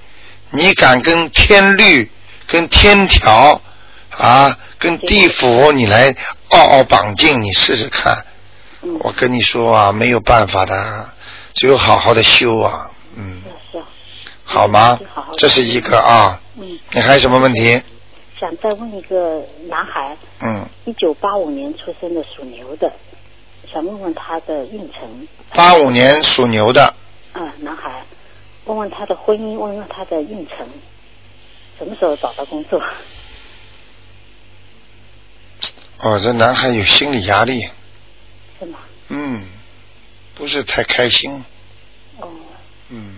[SPEAKER 1] 你敢跟天律、跟天条啊、跟地府你来拗拗绑劲，你试试看。
[SPEAKER 4] 嗯，
[SPEAKER 1] 我跟你说啊，没有办法的，只有好好的修啊，嗯
[SPEAKER 4] 是，啊是啊，
[SPEAKER 1] 好吗
[SPEAKER 4] 好好？地
[SPEAKER 1] 这是一个啊，
[SPEAKER 4] 嗯，
[SPEAKER 1] 你还有什么问题？
[SPEAKER 4] 想再问一个男孩，
[SPEAKER 1] 嗯，
[SPEAKER 4] 一九八五年出生的属牛的，想问问他的运程，
[SPEAKER 1] 八五年属牛的，
[SPEAKER 4] 啊，男孩，问问他的婚姻，问问他的运程，什么时候找到工作？
[SPEAKER 1] 哦，这男孩有心理压力，
[SPEAKER 4] 是吗？
[SPEAKER 1] 嗯，不是太开心，
[SPEAKER 4] 哦，
[SPEAKER 1] 嗯，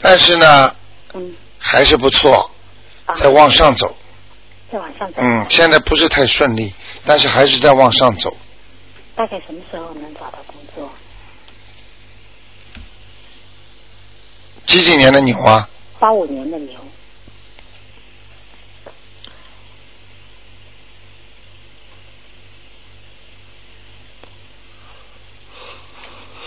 [SPEAKER 1] 但是呢，
[SPEAKER 4] 嗯，
[SPEAKER 1] 还是不错，
[SPEAKER 4] 啊，
[SPEAKER 1] 在往上走。
[SPEAKER 4] 再往上走，
[SPEAKER 1] 嗯，现在不是太顺利，但是还是在往上走。
[SPEAKER 4] 大概什么时候能找到工作？
[SPEAKER 1] 几几年的牛啊？
[SPEAKER 4] 八五年的牛，
[SPEAKER 1] 他好像最近啊
[SPEAKER 4] 嗯，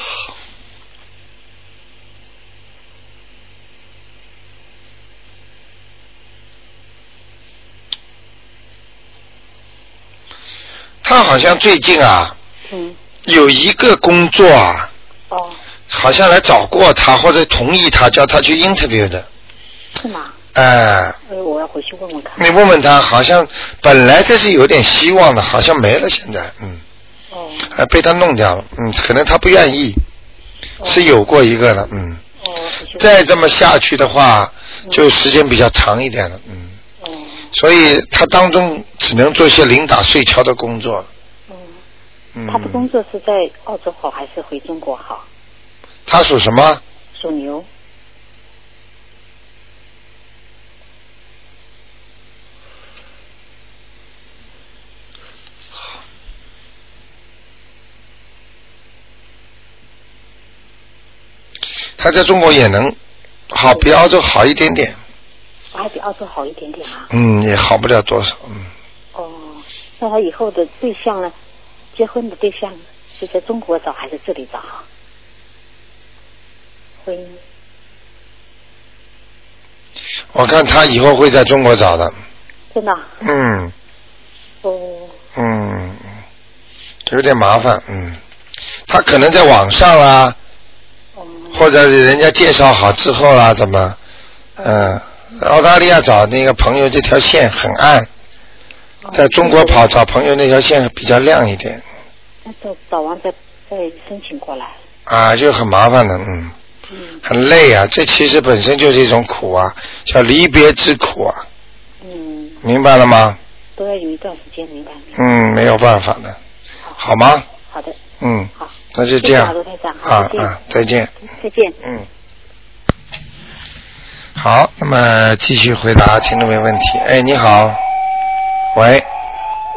[SPEAKER 1] 有一个工作啊，
[SPEAKER 4] 哦，
[SPEAKER 1] 啊好像来找过他或者同意他，叫他去 interview 的。
[SPEAKER 4] 是吗？
[SPEAKER 1] 哎、
[SPEAKER 4] 哎，我要回去问问看。
[SPEAKER 1] 你问问他，好像本来这是有点希望的，好像没了，现在，嗯，
[SPEAKER 4] 哦
[SPEAKER 1] 哎，被他弄掉了，嗯，可能他不愿意，是有过一个了，嗯，
[SPEAKER 4] 哦，回去问嗯
[SPEAKER 1] 再这么下去的话，就时间比较长一点了，嗯，
[SPEAKER 4] 哦
[SPEAKER 1] 所以他当中只能做一些零打碎敲的工作了，
[SPEAKER 4] 嗯，
[SPEAKER 1] 嗯，
[SPEAKER 4] 他的工作是在澳洲好还是回中国好？
[SPEAKER 1] 他属什么？
[SPEAKER 4] 属牛，
[SPEAKER 1] 他在中国也能好，比澳洲好一点点，
[SPEAKER 4] 还比澳洲好一点点啊。
[SPEAKER 1] 嗯，也好不了多少，嗯，
[SPEAKER 4] 哦，那他以后的对象呢？结婚的对象是在中国找还是这里找啊？婚姻
[SPEAKER 1] 我看他以后会在中国找的，
[SPEAKER 4] 真的啊
[SPEAKER 1] 嗯
[SPEAKER 4] 哦
[SPEAKER 1] 嗯，有点麻烦，嗯，他可能在网上啦，
[SPEAKER 4] 哦
[SPEAKER 1] 或者人家介绍好之后啦，怎么，嗯、澳大利亚找那个朋友这条线很暗，
[SPEAKER 4] 哦
[SPEAKER 1] 在中国跑找朋友那条线比较亮一点，
[SPEAKER 4] 那找找完再再申请过来。
[SPEAKER 1] 啊，就很麻烦的，嗯，
[SPEAKER 4] 嗯
[SPEAKER 1] 很累啊，这其实本身就是一种苦啊，叫离别之苦啊，
[SPEAKER 4] 嗯，
[SPEAKER 1] 明白了吗？
[SPEAKER 4] 都要有一段时间，明白明白。
[SPEAKER 1] 嗯，没有办法的，好吗？
[SPEAKER 4] 好的，
[SPEAKER 1] 嗯，
[SPEAKER 4] 好，
[SPEAKER 1] 那就这
[SPEAKER 4] 谢谢
[SPEAKER 1] 样
[SPEAKER 4] 啊罗台长好
[SPEAKER 1] 啊
[SPEAKER 4] 再见
[SPEAKER 1] 啊，再见。
[SPEAKER 4] 再见。
[SPEAKER 1] 嗯，好，那么继续回答听众没问题。哎，你好，喂，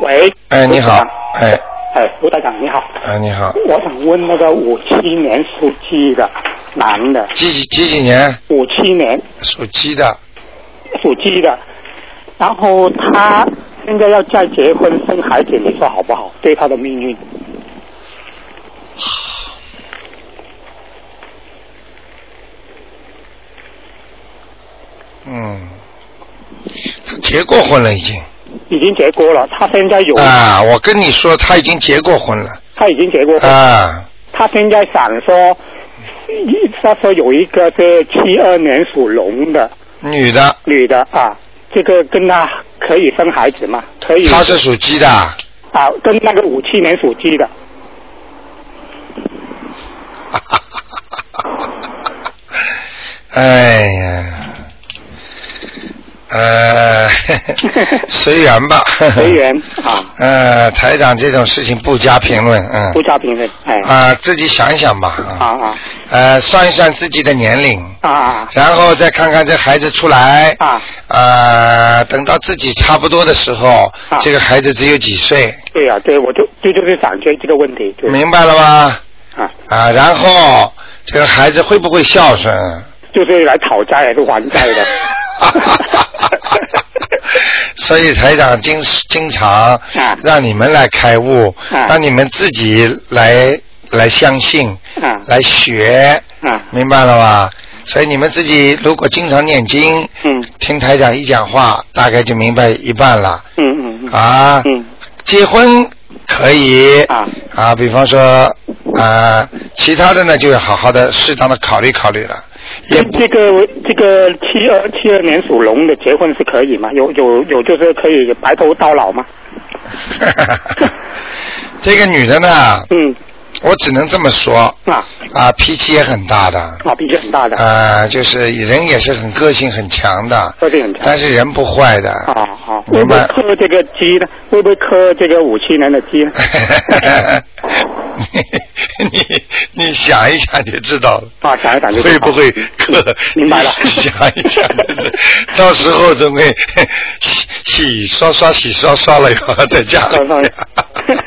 [SPEAKER 5] 喂，
[SPEAKER 1] 哎，你好
[SPEAKER 5] 卢台长，
[SPEAKER 1] 哎，
[SPEAKER 5] 哎，卢台长你好，
[SPEAKER 1] 哎，你好，
[SPEAKER 5] 我想问那个五七年属鸡的男的，
[SPEAKER 1] 几几几几年
[SPEAKER 5] 五七年
[SPEAKER 1] 属鸡的？
[SPEAKER 5] 属鸡的，然后他现在要再结婚生孩子，你说好不好？对他的命运，
[SPEAKER 1] 嗯，他结过婚了已经
[SPEAKER 5] 已经结过了，他现在有，
[SPEAKER 1] 啊！我跟你说，他已经结过婚了
[SPEAKER 5] 他已经结过婚，
[SPEAKER 1] 啊！
[SPEAKER 5] 他现在想说，一他说有一个是七二年属龙的
[SPEAKER 1] 女的，
[SPEAKER 5] 女的啊，这个跟他可以生孩子吗？可以
[SPEAKER 1] 她是属鸡的啊，
[SPEAKER 5] 啊，跟那个五七年属鸡的。
[SPEAKER 1] 哎呀，呃， 随缘吧，
[SPEAKER 5] 随缘啊，
[SPEAKER 1] 呃，台长这种事情不加评论，嗯，
[SPEAKER 5] 不加评论，哎，
[SPEAKER 1] 啊、自己想一想吧，
[SPEAKER 5] 啊
[SPEAKER 1] 啊，
[SPEAKER 5] 啊
[SPEAKER 1] 呃，算一算自己的年龄，
[SPEAKER 5] 啊啊
[SPEAKER 1] 然后再看看这孩子出来，
[SPEAKER 5] 啊，
[SPEAKER 1] 呃，等到自己差不多的时候，
[SPEAKER 5] 啊
[SPEAKER 1] 这个孩子只有几岁，
[SPEAKER 5] 对呀、对，我就就就是想这这个问题，对
[SPEAKER 1] 明白了吗？
[SPEAKER 5] 啊，
[SPEAKER 1] 啊，然后这个孩子会不会孝顺？，
[SPEAKER 5] 就是来讨债还是还债的
[SPEAKER 1] 所以台长经经常让你们来开悟，
[SPEAKER 5] 啊
[SPEAKER 1] 让你们自己来来相信，
[SPEAKER 5] 啊
[SPEAKER 1] 来学，
[SPEAKER 5] 啊，
[SPEAKER 1] 明白了吧？所以你们自己如果经常念经，
[SPEAKER 5] 嗯
[SPEAKER 1] 听台长一讲话，大概就明白一半了
[SPEAKER 5] 嗯嗯嗯
[SPEAKER 1] 啊。
[SPEAKER 5] 嗯
[SPEAKER 1] 结婚可以
[SPEAKER 5] 啊
[SPEAKER 1] 啊，比方说啊，其他的呢就要好好的、适当的考虑考虑了， 也
[SPEAKER 5] 这这个这个七二七二年属龙的结婚是可以吗？有有有，就是可以白头到老吗？
[SPEAKER 1] 这个女的呢，
[SPEAKER 5] 嗯
[SPEAKER 1] 我只能这么说
[SPEAKER 5] 啊
[SPEAKER 1] 啊，脾气也很大的，
[SPEAKER 5] 啊，脾气很大的，
[SPEAKER 1] 啊，就是人也是很个性很强的，
[SPEAKER 5] 个性很强
[SPEAKER 1] 但是人不坏的。
[SPEAKER 5] 啊啊，会
[SPEAKER 1] 明
[SPEAKER 5] 不会
[SPEAKER 1] 白。
[SPEAKER 5] 磕这个鸡呢？会不会磕这个五七年的鸡呢？
[SPEAKER 1] 哎你你你想一想就知道了。
[SPEAKER 5] 啊，想一想就知道
[SPEAKER 1] 会不会磕？
[SPEAKER 5] 明白了
[SPEAKER 1] 想一想就是，到时候总会洗洗刷刷洗刷刷了以后，在家里
[SPEAKER 5] 刷刷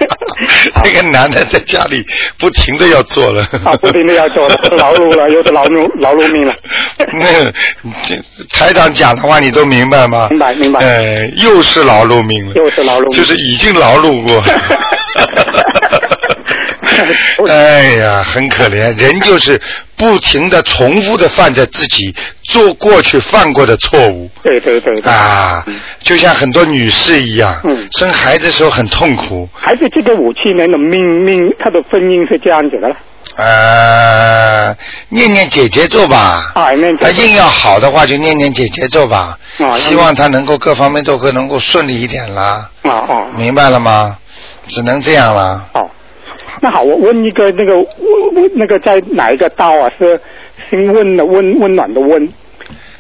[SPEAKER 1] 那个男的在家里不停的要做了，
[SPEAKER 5] 啊不停地要做了劳碌了又是劳碌劳碌命了
[SPEAKER 1] 那这台长讲的话你都明白吗？
[SPEAKER 5] 明白明白
[SPEAKER 1] 呃，又是劳碌命了，
[SPEAKER 5] 又是劳碌命
[SPEAKER 1] 就是已经劳碌 过。 哎呀，很可怜，人就是不停的重复的犯着自己做过去犯过的错误
[SPEAKER 5] 对对对对
[SPEAKER 1] 啊，就像很多女士一样，
[SPEAKER 5] 嗯
[SPEAKER 1] 生孩子的时候很痛苦，
[SPEAKER 5] 还是这个五七年的命命，他的婚姻是这样子的了
[SPEAKER 1] 呃，念念姐姐咒吧。
[SPEAKER 5] 啊，那
[SPEAKER 1] 他硬要好的话，就念念姐姐咒吧。
[SPEAKER 5] 啊
[SPEAKER 1] 希望他能够各方面都可能够顺利一点啦，
[SPEAKER 5] 啊哦
[SPEAKER 1] 明白了吗？只能这样啦。
[SPEAKER 5] 哦。那好，我问一个那个问问那个在哪一个道啊？是新问的温温暖的温，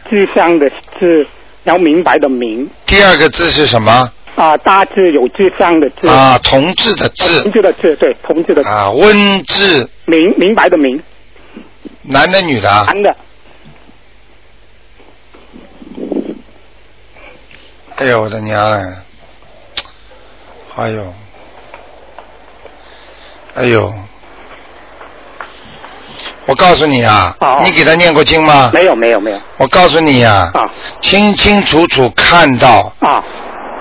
[SPEAKER 5] 志向的志，要明白的明
[SPEAKER 1] 第二个字是什么？
[SPEAKER 5] 啊，大志有志向的志，
[SPEAKER 1] 啊，同志的
[SPEAKER 5] 同
[SPEAKER 1] 志
[SPEAKER 5] 志的志，对，同志的
[SPEAKER 1] 啊，温志，
[SPEAKER 5] 明明白的明，
[SPEAKER 1] 男的女的啊？
[SPEAKER 5] 男的
[SPEAKER 1] 哎呦我的娘哎！哎呦，哎呦！我告诉你啊，
[SPEAKER 5] 哦
[SPEAKER 1] 你给他念过经吗？
[SPEAKER 5] 没有没有没有
[SPEAKER 1] 我告诉你啊，
[SPEAKER 5] 啊
[SPEAKER 1] 清清楚楚看到
[SPEAKER 5] 啊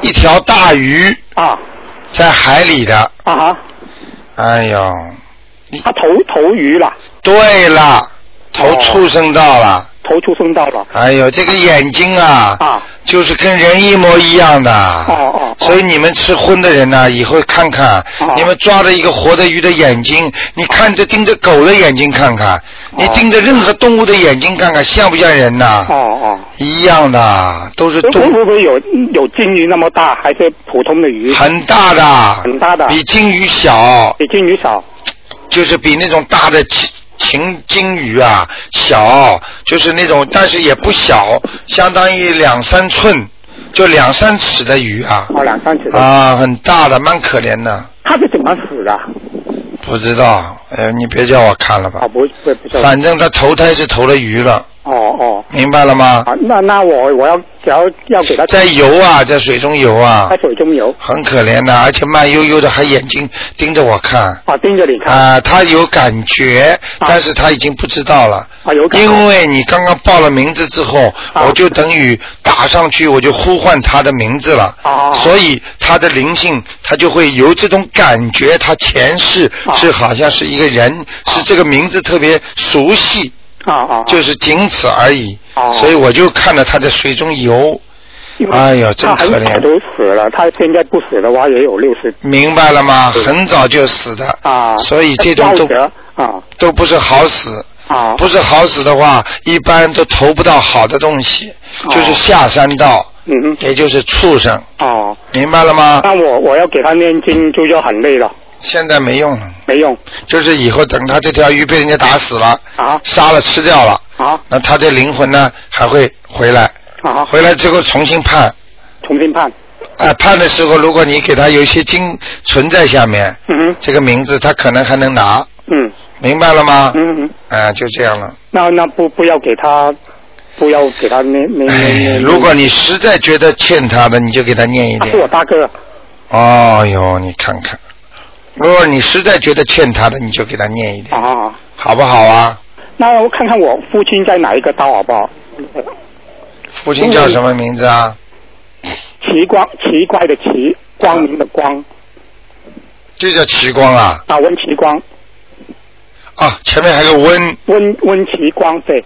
[SPEAKER 1] 一条大鱼
[SPEAKER 5] 啊
[SPEAKER 1] 在海里的。
[SPEAKER 5] 啊哈，
[SPEAKER 1] 哎呦，
[SPEAKER 5] 他头头鱼了，
[SPEAKER 1] 对了，头
[SPEAKER 5] 哦
[SPEAKER 1] 畜生道了。
[SPEAKER 5] 头出生道了
[SPEAKER 1] 哎呦，这个眼睛啊，
[SPEAKER 5] 哦啊
[SPEAKER 1] 就是跟人一模一样的。
[SPEAKER 5] 哦哦
[SPEAKER 1] 所以你们吃荤的人呢、以后看看，
[SPEAKER 5] 哦
[SPEAKER 1] 你们抓着一个活的鱼的眼睛，你看着盯着狗的眼睛看看，
[SPEAKER 5] 哦
[SPEAKER 1] 你盯着任何动物的眼睛看看，像不像人呐、
[SPEAKER 5] 哦哦，
[SPEAKER 1] 一样的，都是
[SPEAKER 5] 会
[SPEAKER 1] 动
[SPEAKER 5] 会不会有有鲸鱼那么大，还是普通的鱼？
[SPEAKER 1] 很大的，
[SPEAKER 5] 很大的
[SPEAKER 1] 比鲸鱼小，
[SPEAKER 5] 比鲸鱼少
[SPEAKER 1] 就是比那种大的禽禽鲸鱼啊小，就是那种，但是也不小，相当于两三寸，就两三尺的鱼啊，
[SPEAKER 5] 哦，两三尺的。
[SPEAKER 1] 啊，很大的，蛮可怜的。
[SPEAKER 5] 他是怎么死的？
[SPEAKER 1] 不知道，哎呦，你别叫我看了吧
[SPEAKER 5] 啊，，不不不知道。
[SPEAKER 1] 反正他投胎是投了鱼了，
[SPEAKER 5] 哦哦，
[SPEAKER 1] 明白了吗？
[SPEAKER 5] 啊，那那我我要要要给他
[SPEAKER 1] 在游啊，在水中游啊
[SPEAKER 5] 在，水中游
[SPEAKER 1] 很可怜的，而且慢悠悠的，还眼睛盯着我看。
[SPEAKER 5] 啊，盯着你看
[SPEAKER 1] 啊、他有感觉，
[SPEAKER 5] 啊
[SPEAKER 1] 但是他已经不知道了，
[SPEAKER 5] 啊，有感觉
[SPEAKER 1] 因为你刚刚报了名字之后，
[SPEAKER 5] 啊
[SPEAKER 1] 我就等于打上去，我就呼唤他的名字了，
[SPEAKER 5] 啊
[SPEAKER 1] 所以他的灵性，他就会有这种感觉，他前世
[SPEAKER 5] 啊
[SPEAKER 1] 是好像是一个人，是这个名字特别熟悉，
[SPEAKER 5] 啊啊，
[SPEAKER 1] 就是仅此而已，
[SPEAKER 5] 哦
[SPEAKER 1] 所以我就看到他在水中游，
[SPEAKER 5] 因为
[SPEAKER 1] 哎呀真
[SPEAKER 5] 他很
[SPEAKER 1] 可怜
[SPEAKER 5] 早都死了，他现在不死的话也有六十
[SPEAKER 1] 明白了吗？很早就死的，
[SPEAKER 5] 啊，
[SPEAKER 1] 所以这种
[SPEAKER 5] 夭
[SPEAKER 1] 都
[SPEAKER 5] 折啊
[SPEAKER 1] 都不是好死。
[SPEAKER 5] 啊，
[SPEAKER 1] 不是好死的话，一般都投不到好的东西，
[SPEAKER 5] 哦
[SPEAKER 1] 就是下三道，
[SPEAKER 5] 嗯
[SPEAKER 1] 也就是畜生，
[SPEAKER 5] 哼哦，
[SPEAKER 1] 明白了吗？
[SPEAKER 5] 那我我要给他念经就要很累了，
[SPEAKER 1] 现在没用了，
[SPEAKER 5] 没用
[SPEAKER 1] 就是以后等他这条鱼被人家打死了、
[SPEAKER 5] 啊
[SPEAKER 1] 杀了、吃掉了，
[SPEAKER 5] 啊
[SPEAKER 1] 那他这灵魂呢还会回来，
[SPEAKER 5] 啊，
[SPEAKER 1] 回来之后重新判，
[SPEAKER 5] 重新判，
[SPEAKER 1] 啊、判的时候如果你给他有一些经存在下面，
[SPEAKER 5] 嗯哼
[SPEAKER 1] 这个名字他可能还能拿，
[SPEAKER 5] 嗯
[SPEAKER 1] 明白了吗？
[SPEAKER 5] 嗯嗯，
[SPEAKER 1] 啊、就这样了。
[SPEAKER 5] 那那不不要给他，不要给他念念念
[SPEAKER 1] 哎，
[SPEAKER 5] 念，
[SPEAKER 1] 如果你实在觉得欠他的，你就给他念一
[SPEAKER 5] 他
[SPEAKER 1] 点。
[SPEAKER 5] 啊是我大哥，啊
[SPEAKER 1] 哦哟，你看看，如果你实在觉得欠他的，你就给他念一点，
[SPEAKER 5] 啊，
[SPEAKER 1] 好不好啊？
[SPEAKER 5] 那我看看我父亲在哪一个道好不好？
[SPEAKER 1] 父亲叫什么名字啊？
[SPEAKER 5] 奇光奇怪的奇，光明的光，
[SPEAKER 1] 就叫齐光啊！
[SPEAKER 5] 啊，温奇光，
[SPEAKER 1] 啊，前面还有个温，
[SPEAKER 5] 温温奇光，对，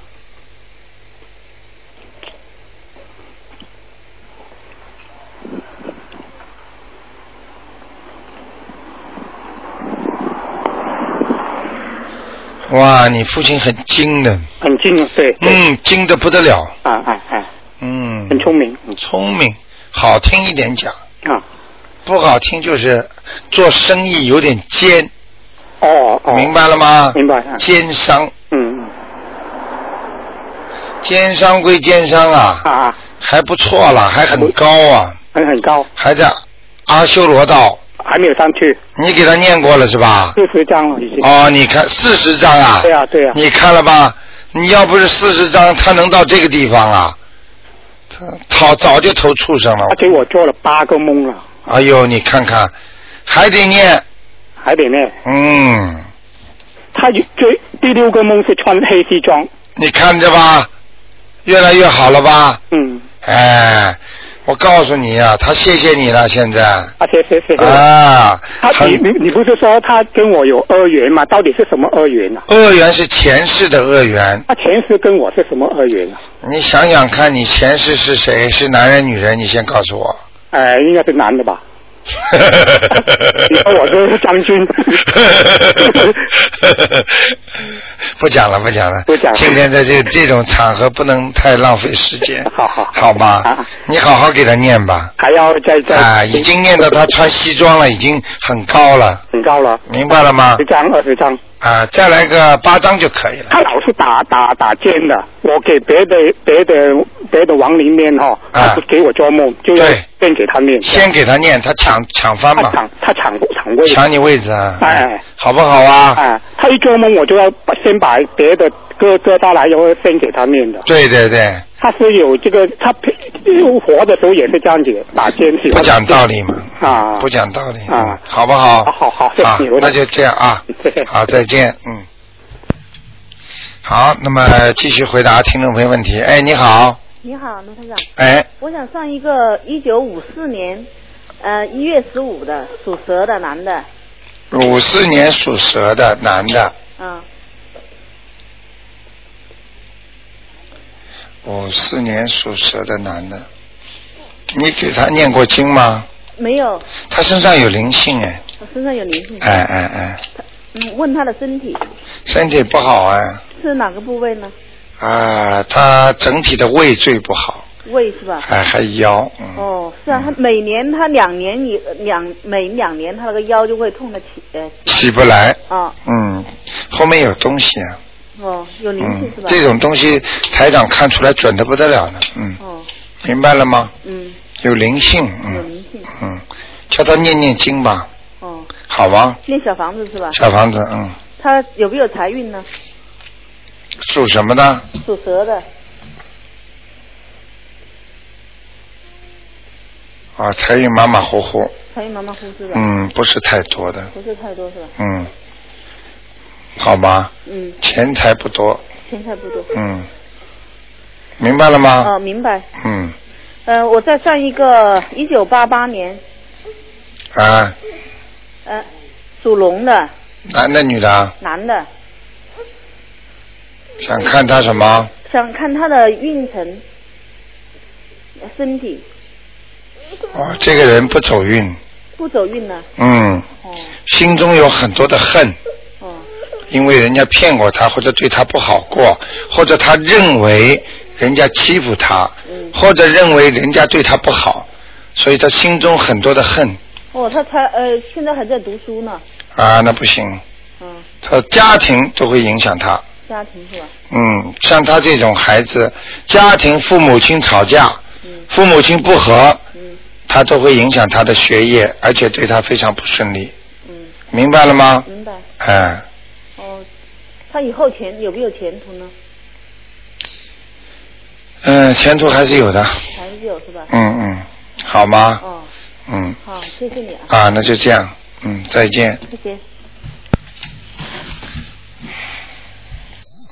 [SPEAKER 1] 哇，你父亲很精的，
[SPEAKER 5] 很近，对，对，
[SPEAKER 1] 嗯，精的不得了，
[SPEAKER 5] 啊啊啊，
[SPEAKER 1] 嗯，
[SPEAKER 5] 很聪明，嗯
[SPEAKER 1] 聪明，好听一点讲，
[SPEAKER 5] 啊，
[SPEAKER 1] 不好听就是做生意有点奸，
[SPEAKER 5] 哦哦，
[SPEAKER 1] 明，白了吗？
[SPEAKER 5] 明白啊
[SPEAKER 1] 奸商，
[SPEAKER 5] 嗯嗯，
[SPEAKER 1] 奸商归奸商啊，
[SPEAKER 5] 啊啊，
[SPEAKER 1] 还不错啦，还很高啊，
[SPEAKER 5] 很很高，
[SPEAKER 1] 还在阿修罗道。
[SPEAKER 5] 还没有上去，
[SPEAKER 1] 你给他念过了是吧？
[SPEAKER 5] 六十张了已经，
[SPEAKER 1] 哦，你看四十张啊，
[SPEAKER 5] 对啊对啊，
[SPEAKER 1] 你看了吧？你要不是四十张，他能到这个地方啊？他早早就投畜生了
[SPEAKER 5] 他。给我做了八个梦了，
[SPEAKER 1] 哎呦，你看看，还得念，
[SPEAKER 5] 还得呢，
[SPEAKER 1] 嗯，
[SPEAKER 5] 他有最第六个梦是穿黑西装，
[SPEAKER 1] 你看着吧，越来越好了吧？
[SPEAKER 5] 嗯，
[SPEAKER 1] 哎，我告诉你啊，他谢谢你了，现在
[SPEAKER 5] 啊谢谢谢谢。
[SPEAKER 1] 啊，
[SPEAKER 5] 他你
[SPEAKER 1] 很
[SPEAKER 5] 你你不是说他跟我有恶缘吗？到底是什么恶缘呢、啊？
[SPEAKER 1] 恶缘是前世的恶缘，
[SPEAKER 5] 他前世跟我是什么恶缘啊？
[SPEAKER 1] 你想想看，你前世是谁？是男人女人？你先告诉我。
[SPEAKER 5] 哎呃，应该是男的吧？你说 我是将军，
[SPEAKER 1] 不讲了，不讲了。
[SPEAKER 5] 不讲了
[SPEAKER 1] 今天在这这种场合不能太浪费时间。
[SPEAKER 5] 好好
[SPEAKER 1] 哎好吧
[SPEAKER 5] 啊，
[SPEAKER 1] 你好好给他念吧。
[SPEAKER 5] 还要再再
[SPEAKER 1] 啊，已经念到他穿西装了，已经很高了，
[SPEAKER 5] 很高了，
[SPEAKER 1] 明白了吗
[SPEAKER 5] 十？张二十张。
[SPEAKER 1] 啊，再来个八张就可以了。
[SPEAKER 5] 他老是打打打尖的，我给别的别的别的亡灵念哈，
[SPEAKER 1] 啊
[SPEAKER 5] 他不给我做梦，就要
[SPEAKER 1] 对
[SPEAKER 5] 念给他念。
[SPEAKER 1] 先给他念，他抢抢翻
[SPEAKER 5] 他
[SPEAKER 1] 吧，
[SPEAKER 5] 抢他抢抢位，
[SPEAKER 1] 抢你位置啊，
[SPEAKER 5] 哎
[SPEAKER 1] 好不好啊？
[SPEAKER 5] 啊，他一做梦我就要把先把别的割割下来，然后先给他念的。
[SPEAKER 1] 对对对，
[SPEAKER 5] 他是有这个，他活的时候也是这样子打尖，喜
[SPEAKER 1] 不
[SPEAKER 5] 欢
[SPEAKER 1] 讲道理嘛，
[SPEAKER 5] 啊，
[SPEAKER 1] 不讲道理嗯
[SPEAKER 5] 啊
[SPEAKER 1] 好不好？
[SPEAKER 5] 好好好谢谢
[SPEAKER 1] 啊
[SPEAKER 5] 你罗，
[SPEAKER 1] 那
[SPEAKER 5] 总
[SPEAKER 1] 就这样啊
[SPEAKER 5] 谢谢，
[SPEAKER 1] 好，再见，嗯。好，那么继续回答听众朋友问题。哎，你好，
[SPEAKER 6] 你好，卢台长，
[SPEAKER 1] 哎，
[SPEAKER 6] 我想上一个一九五四年，呃一月十五的属蛇的男的，
[SPEAKER 1] 五四年属蛇的男的，
[SPEAKER 6] 嗯，
[SPEAKER 1] 五四年属蛇的男的，你给他念过经吗？
[SPEAKER 6] 没有，
[SPEAKER 1] 他身上有灵性哎，
[SPEAKER 6] 我身上有灵性，
[SPEAKER 1] 哎哎哎，
[SPEAKER 6] 嗯，问他的身体
[SPEAKER 1] 身体不好啊
[SPEAKER 6] 是哪个部位呢？
[SPEAKER 1] 啊，他整体的胃最不好，哎
[SPEAKER 6] 胃是吧？
[SPEAKER 1] 还还腰，嗯，
[SPEAKER 6] 啊哦，是啊，他每年他两年一两每两年他那个腰就会痛的起，呃，
[SPEAKER 1] 起不来，
[SPEAKER 6] 啊，
[SPEAKER 1] 嗯，后面有东西啊，
[SPEAKER 6] 哦，有灵性
[SPEAKER 1] 嗯
[SPEAKER 6] 是，吧？
[SPEAKER 1] 这种东西台长看出来准的不得了呢，嗯，
[SPEAKER 6] 哦，
[SPEAKER 1] 明白了吗？
[SPEAKER 6] 嗯，
[SPEAKER 1] 有灵性，
[SPEAKER 6] 有
[SPEAKER 1] 嗯
[SPEAKER 6] 灵性，
[SPEAKER 1] 嗯，叫他念念经吧，
[SPEAKER 6] 哦，
[SPEAKER 1] 好吗？
[SPEAKER 6] 念小房子是吧？
[SPEAKER 1] 小房子，嗯，
[SPEAKER 6] 他有没有财运呢？
[SPEAKER 1] 属什么呢？
[SPEAKER 6] 属蛇的，
[SPEAKER 1] 啊，财运马马虎虎，
[SPEAKER 6] 财运马马虎虎是吧？
[SPEAKER 1] 嗯，不是太多的，
[SPEAKER 6] 不是太多是吧？
[SPEAKER 1] 嗯，好吧，
[SPEAKER 6] 嗯，
[SPEAKER 1] 钱财不多，
[SPEAKER 6] 钱财不多。
[SPEAKER 1] 嗯，明白了吗？
[SPEAKER 6] 哦，明白。
[SPEAKER 1] 嗯，
[SPEAKER 6] 呃，我再算一个，一九八八年，
[SPEAKER 1] 啊，
[SPEAKER 6] 呃，属龙的
[SPEAKER 1] 男的女的啊，
[SPEAKER 6] 男的，
[SPEAKER 1] 想看他什么？
[SPEAKER 6] 想看他的运程、呃身体嗯
[SPEAKER 1] 哦，这个人不走运，
[SPEAKER 6] 不走运呢。
[SPEAKER 1] 嗯，
[SPEAKER 6] 哦
[SPEAKER 1] 心中有很多的恨，
[SPEAKER 6] 哦
[SPEAKER 1] 因为人家骗过他，或者对他不好过，或者他认为人家欺负他，
[SPEAKER 6] 嗯
[SPEAKER 1] 或者认为人家对他不好，所以他心中很多的恨
[SPEAKER 6] 哦，他才呃现在还在读书呢，
[SPEAKER 1] 啊，那不行，
[SPEAKER 6] 嗯，
[SPEAKER 1] 他家庭都会影响他。
[SPEAKER 6] 家庭是吧？
[SPEAKER 1] 嗯，像他这种孩子，家庭父母亲吵架，
[SPEAKER 6] 嗯
[SPEAKER 1] 父母亲不和，
[SPEAKER 6] 嗯
[SPEAKER 1] 他都会影响他的学业，而且对他非常不顺利，
[SPEAKER 6] 嗯，
[SPEAKER 1] 明白了吗？
[SPEAKER 6] 明白。
[SPEAKER 1] 哎，
[SPEAKER 6] 哦，他以后前有没有前途呢？
[SPEAKER 1] 嗯，前途还是有的，
[SPEAKER 6] 还是有是吧？
[SPEAKER 1] 嗯嗯，好吗？
[SPEAKER 6] 哦，
[SPEAKER 1] 嗯，
[SPEAKER 6] 好，谢谢你啊，
[SPEAKER 1] 啊，那就这样，嗯，再见。
[SPEAKER 6] 谢谢。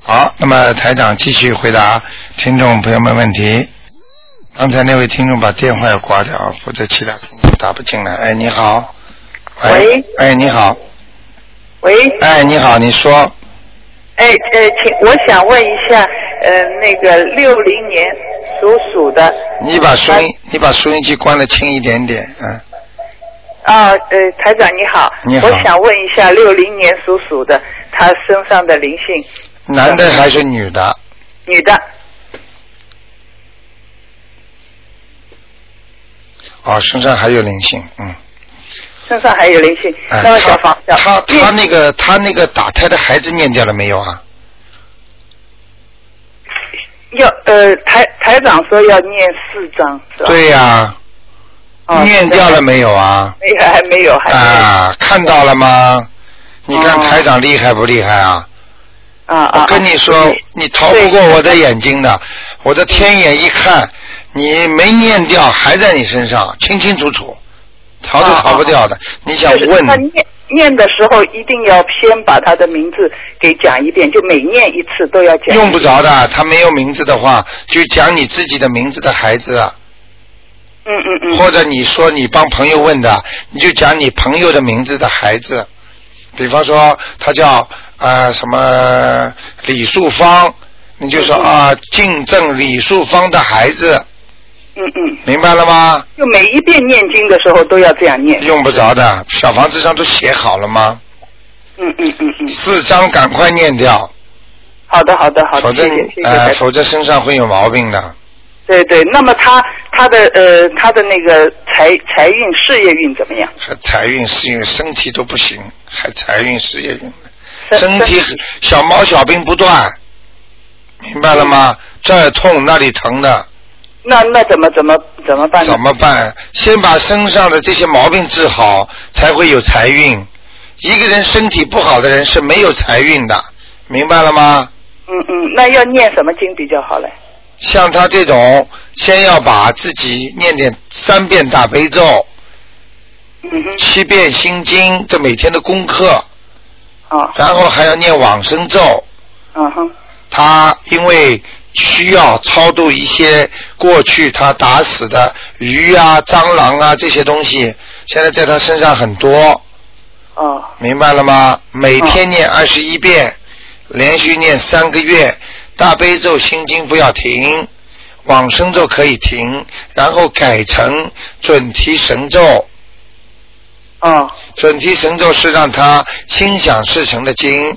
[SPEAKER 1] 好，那么台长继续回答听众朋友们问题。刚才那位听众把电话要挂掉，否则其他听众打不进来。哎，你好。喂。哎，你好。
[SPEAKER 7] 喂，
[SPEAKER 1] 哎，你好，你说
[SPEAKER 7] 哎呃，请我想问一下，呃，那个六零年属鼠的
[SPEAKER 1] 你把收
[SPEAKER 7] 哎
[SPEAKER 1] 音你把收音机关的轻一点点，嗯，
[SPEAKER 7] 啊，呃，台长你好，
[SPEAKER 1] 你好
[SPEAKER 7] 我想问一下六零年属鼠的，他身上的灵性，
[SPEAKER 1] 男的还是女的？
[SPEAKER 7] 女的，
[SPEAKER 1] 哦，身上还有灵性，嗯，
[SPEAKER 7] 身上还有灵性，
[SPEAKER 1] 哎，
[SPEAKER 7] 那么
[SPEAKER 1] 他
[SPEAKER 7] 小房小
[SPEAKER 1] 他他
[SPEAKER 7] 念
[SPEAKER 1] 那个他那个打胎的孩子念掉了没有啊？
[SPEAKER 7] 要呃台台长说要念四张是吧？
[SPEAKER 1] 对呀、
[SPEAKER 7] 哦
[SPEAKER 1] 嗯念掉了没有啊？
[SPEAKER 7] 没有还没有还没有
[SPEAKER 1] 啊，看到了吗？你看
[SPEAKER 7] 哎哦
[SPEAKER 1] 台长厉害不厉害啊？
[SPEAKER 7] 啊啊！
[SPEAKER 1] 我跟
[SPEAKER 7] 啊
[SPEAKER 1] 你说，你逃不过我的眼睛的，我的天眼一看，你没念掉，还在你身上，清清楚楚，逃都
[SPEAKER 7] 哦
[SPEAKER 1] 逃不掉的。你想
[SPEAKER 7] 就是他
[SPEAKER 1] 问，
[SPEAKER 7] 念念的时候，一定要先把他的名字给讲一遍，就每念一次都要讲。
[SPEAKER 1] 用不着的，他没有名字的话，就讲你自己的名字的孩子啊，
[SPEAKER 7] 嗯嗯嗯。
[SPEAKER 1] 或者你说你帮朋友问的，你就讲你朋友的名字的孩子，比方说他叫呃什么
[SPEAKER 7] 嗯
[SPEAKER 1] 李树芳，你就说啊敬赠李树芳的孩子，
[SPEAKER 7] 嗯嗯，
[SPEAKER 1] 明白了吗？
[SPEAKER 7] 就每一遍念经的时候都要这样念。
[SPEAKER 1] 用不着的，小房子上都写好了吗？
[SPEAKER 7] 嗯嗯嗯嗯，
[SPEAKER 1] 四张赶快念掉，
[SPEAKER 7] 好的好的好
[SPEAKER 1] 否
[SPEAKER 7] 的，
[SPEAKER 1] 则
[SPEAKER 7] 谢谢谢谢
[SPEAKER 1] 呃，
[SPEAKER 7] 台长。
[SPEAKER 1] 否则身上会有毛病的。
[SPEAKER 7] 对对，那么他他的呃他的那个财财运事业运怎么样？
[SPEAKER 1] 还财运、事业、身体都不行，还财运、事业运，
[SPEAKER 7] 身
[SPEAKER 1] 身体
[SPEAKER 7] 身
[SPEAKER 1] 小毛小病不断，明白了吗？这儿痛那里疼的，
[SPEAKER 7] 那那怎么怎么怎么办呢？
[SPEAKER 1] 怎么办？先把身上的这些毛病治好，才会有财运。一个人身体不好的人是没有财运的，明白了吗？
[SPEAKER 7] 嗯嗯，那要念什么经比较好嘞？
[SPEAKER 1] 像他这种，先要把自己念点三遍大悲咒，
[SPEAKER 7] 嗯哼，
[SPEAKER 1] 七遍心经，这每天的功课，
[SPEAKER 7] 哦，
[SPEAKER 1] 然后还要念往生咒。
[SPEAKER 7] 嗯哼，
[SPEAKER 1] 他因为需要超度一些过去他打死的鱼啊、蟑螂啊这些东西，现在在他身上很多，
[SPEAKER 7] 哦，
[SPEAKER 1] 明白了吗？每天念二十一遍，连续念三个月，大悲咒、心经不要停，往生咒可以停，然后改成准提神咒。
[SPEAKER 7] 哦，
[SPEAKER 1] 准提神咒是让他心想事成的经，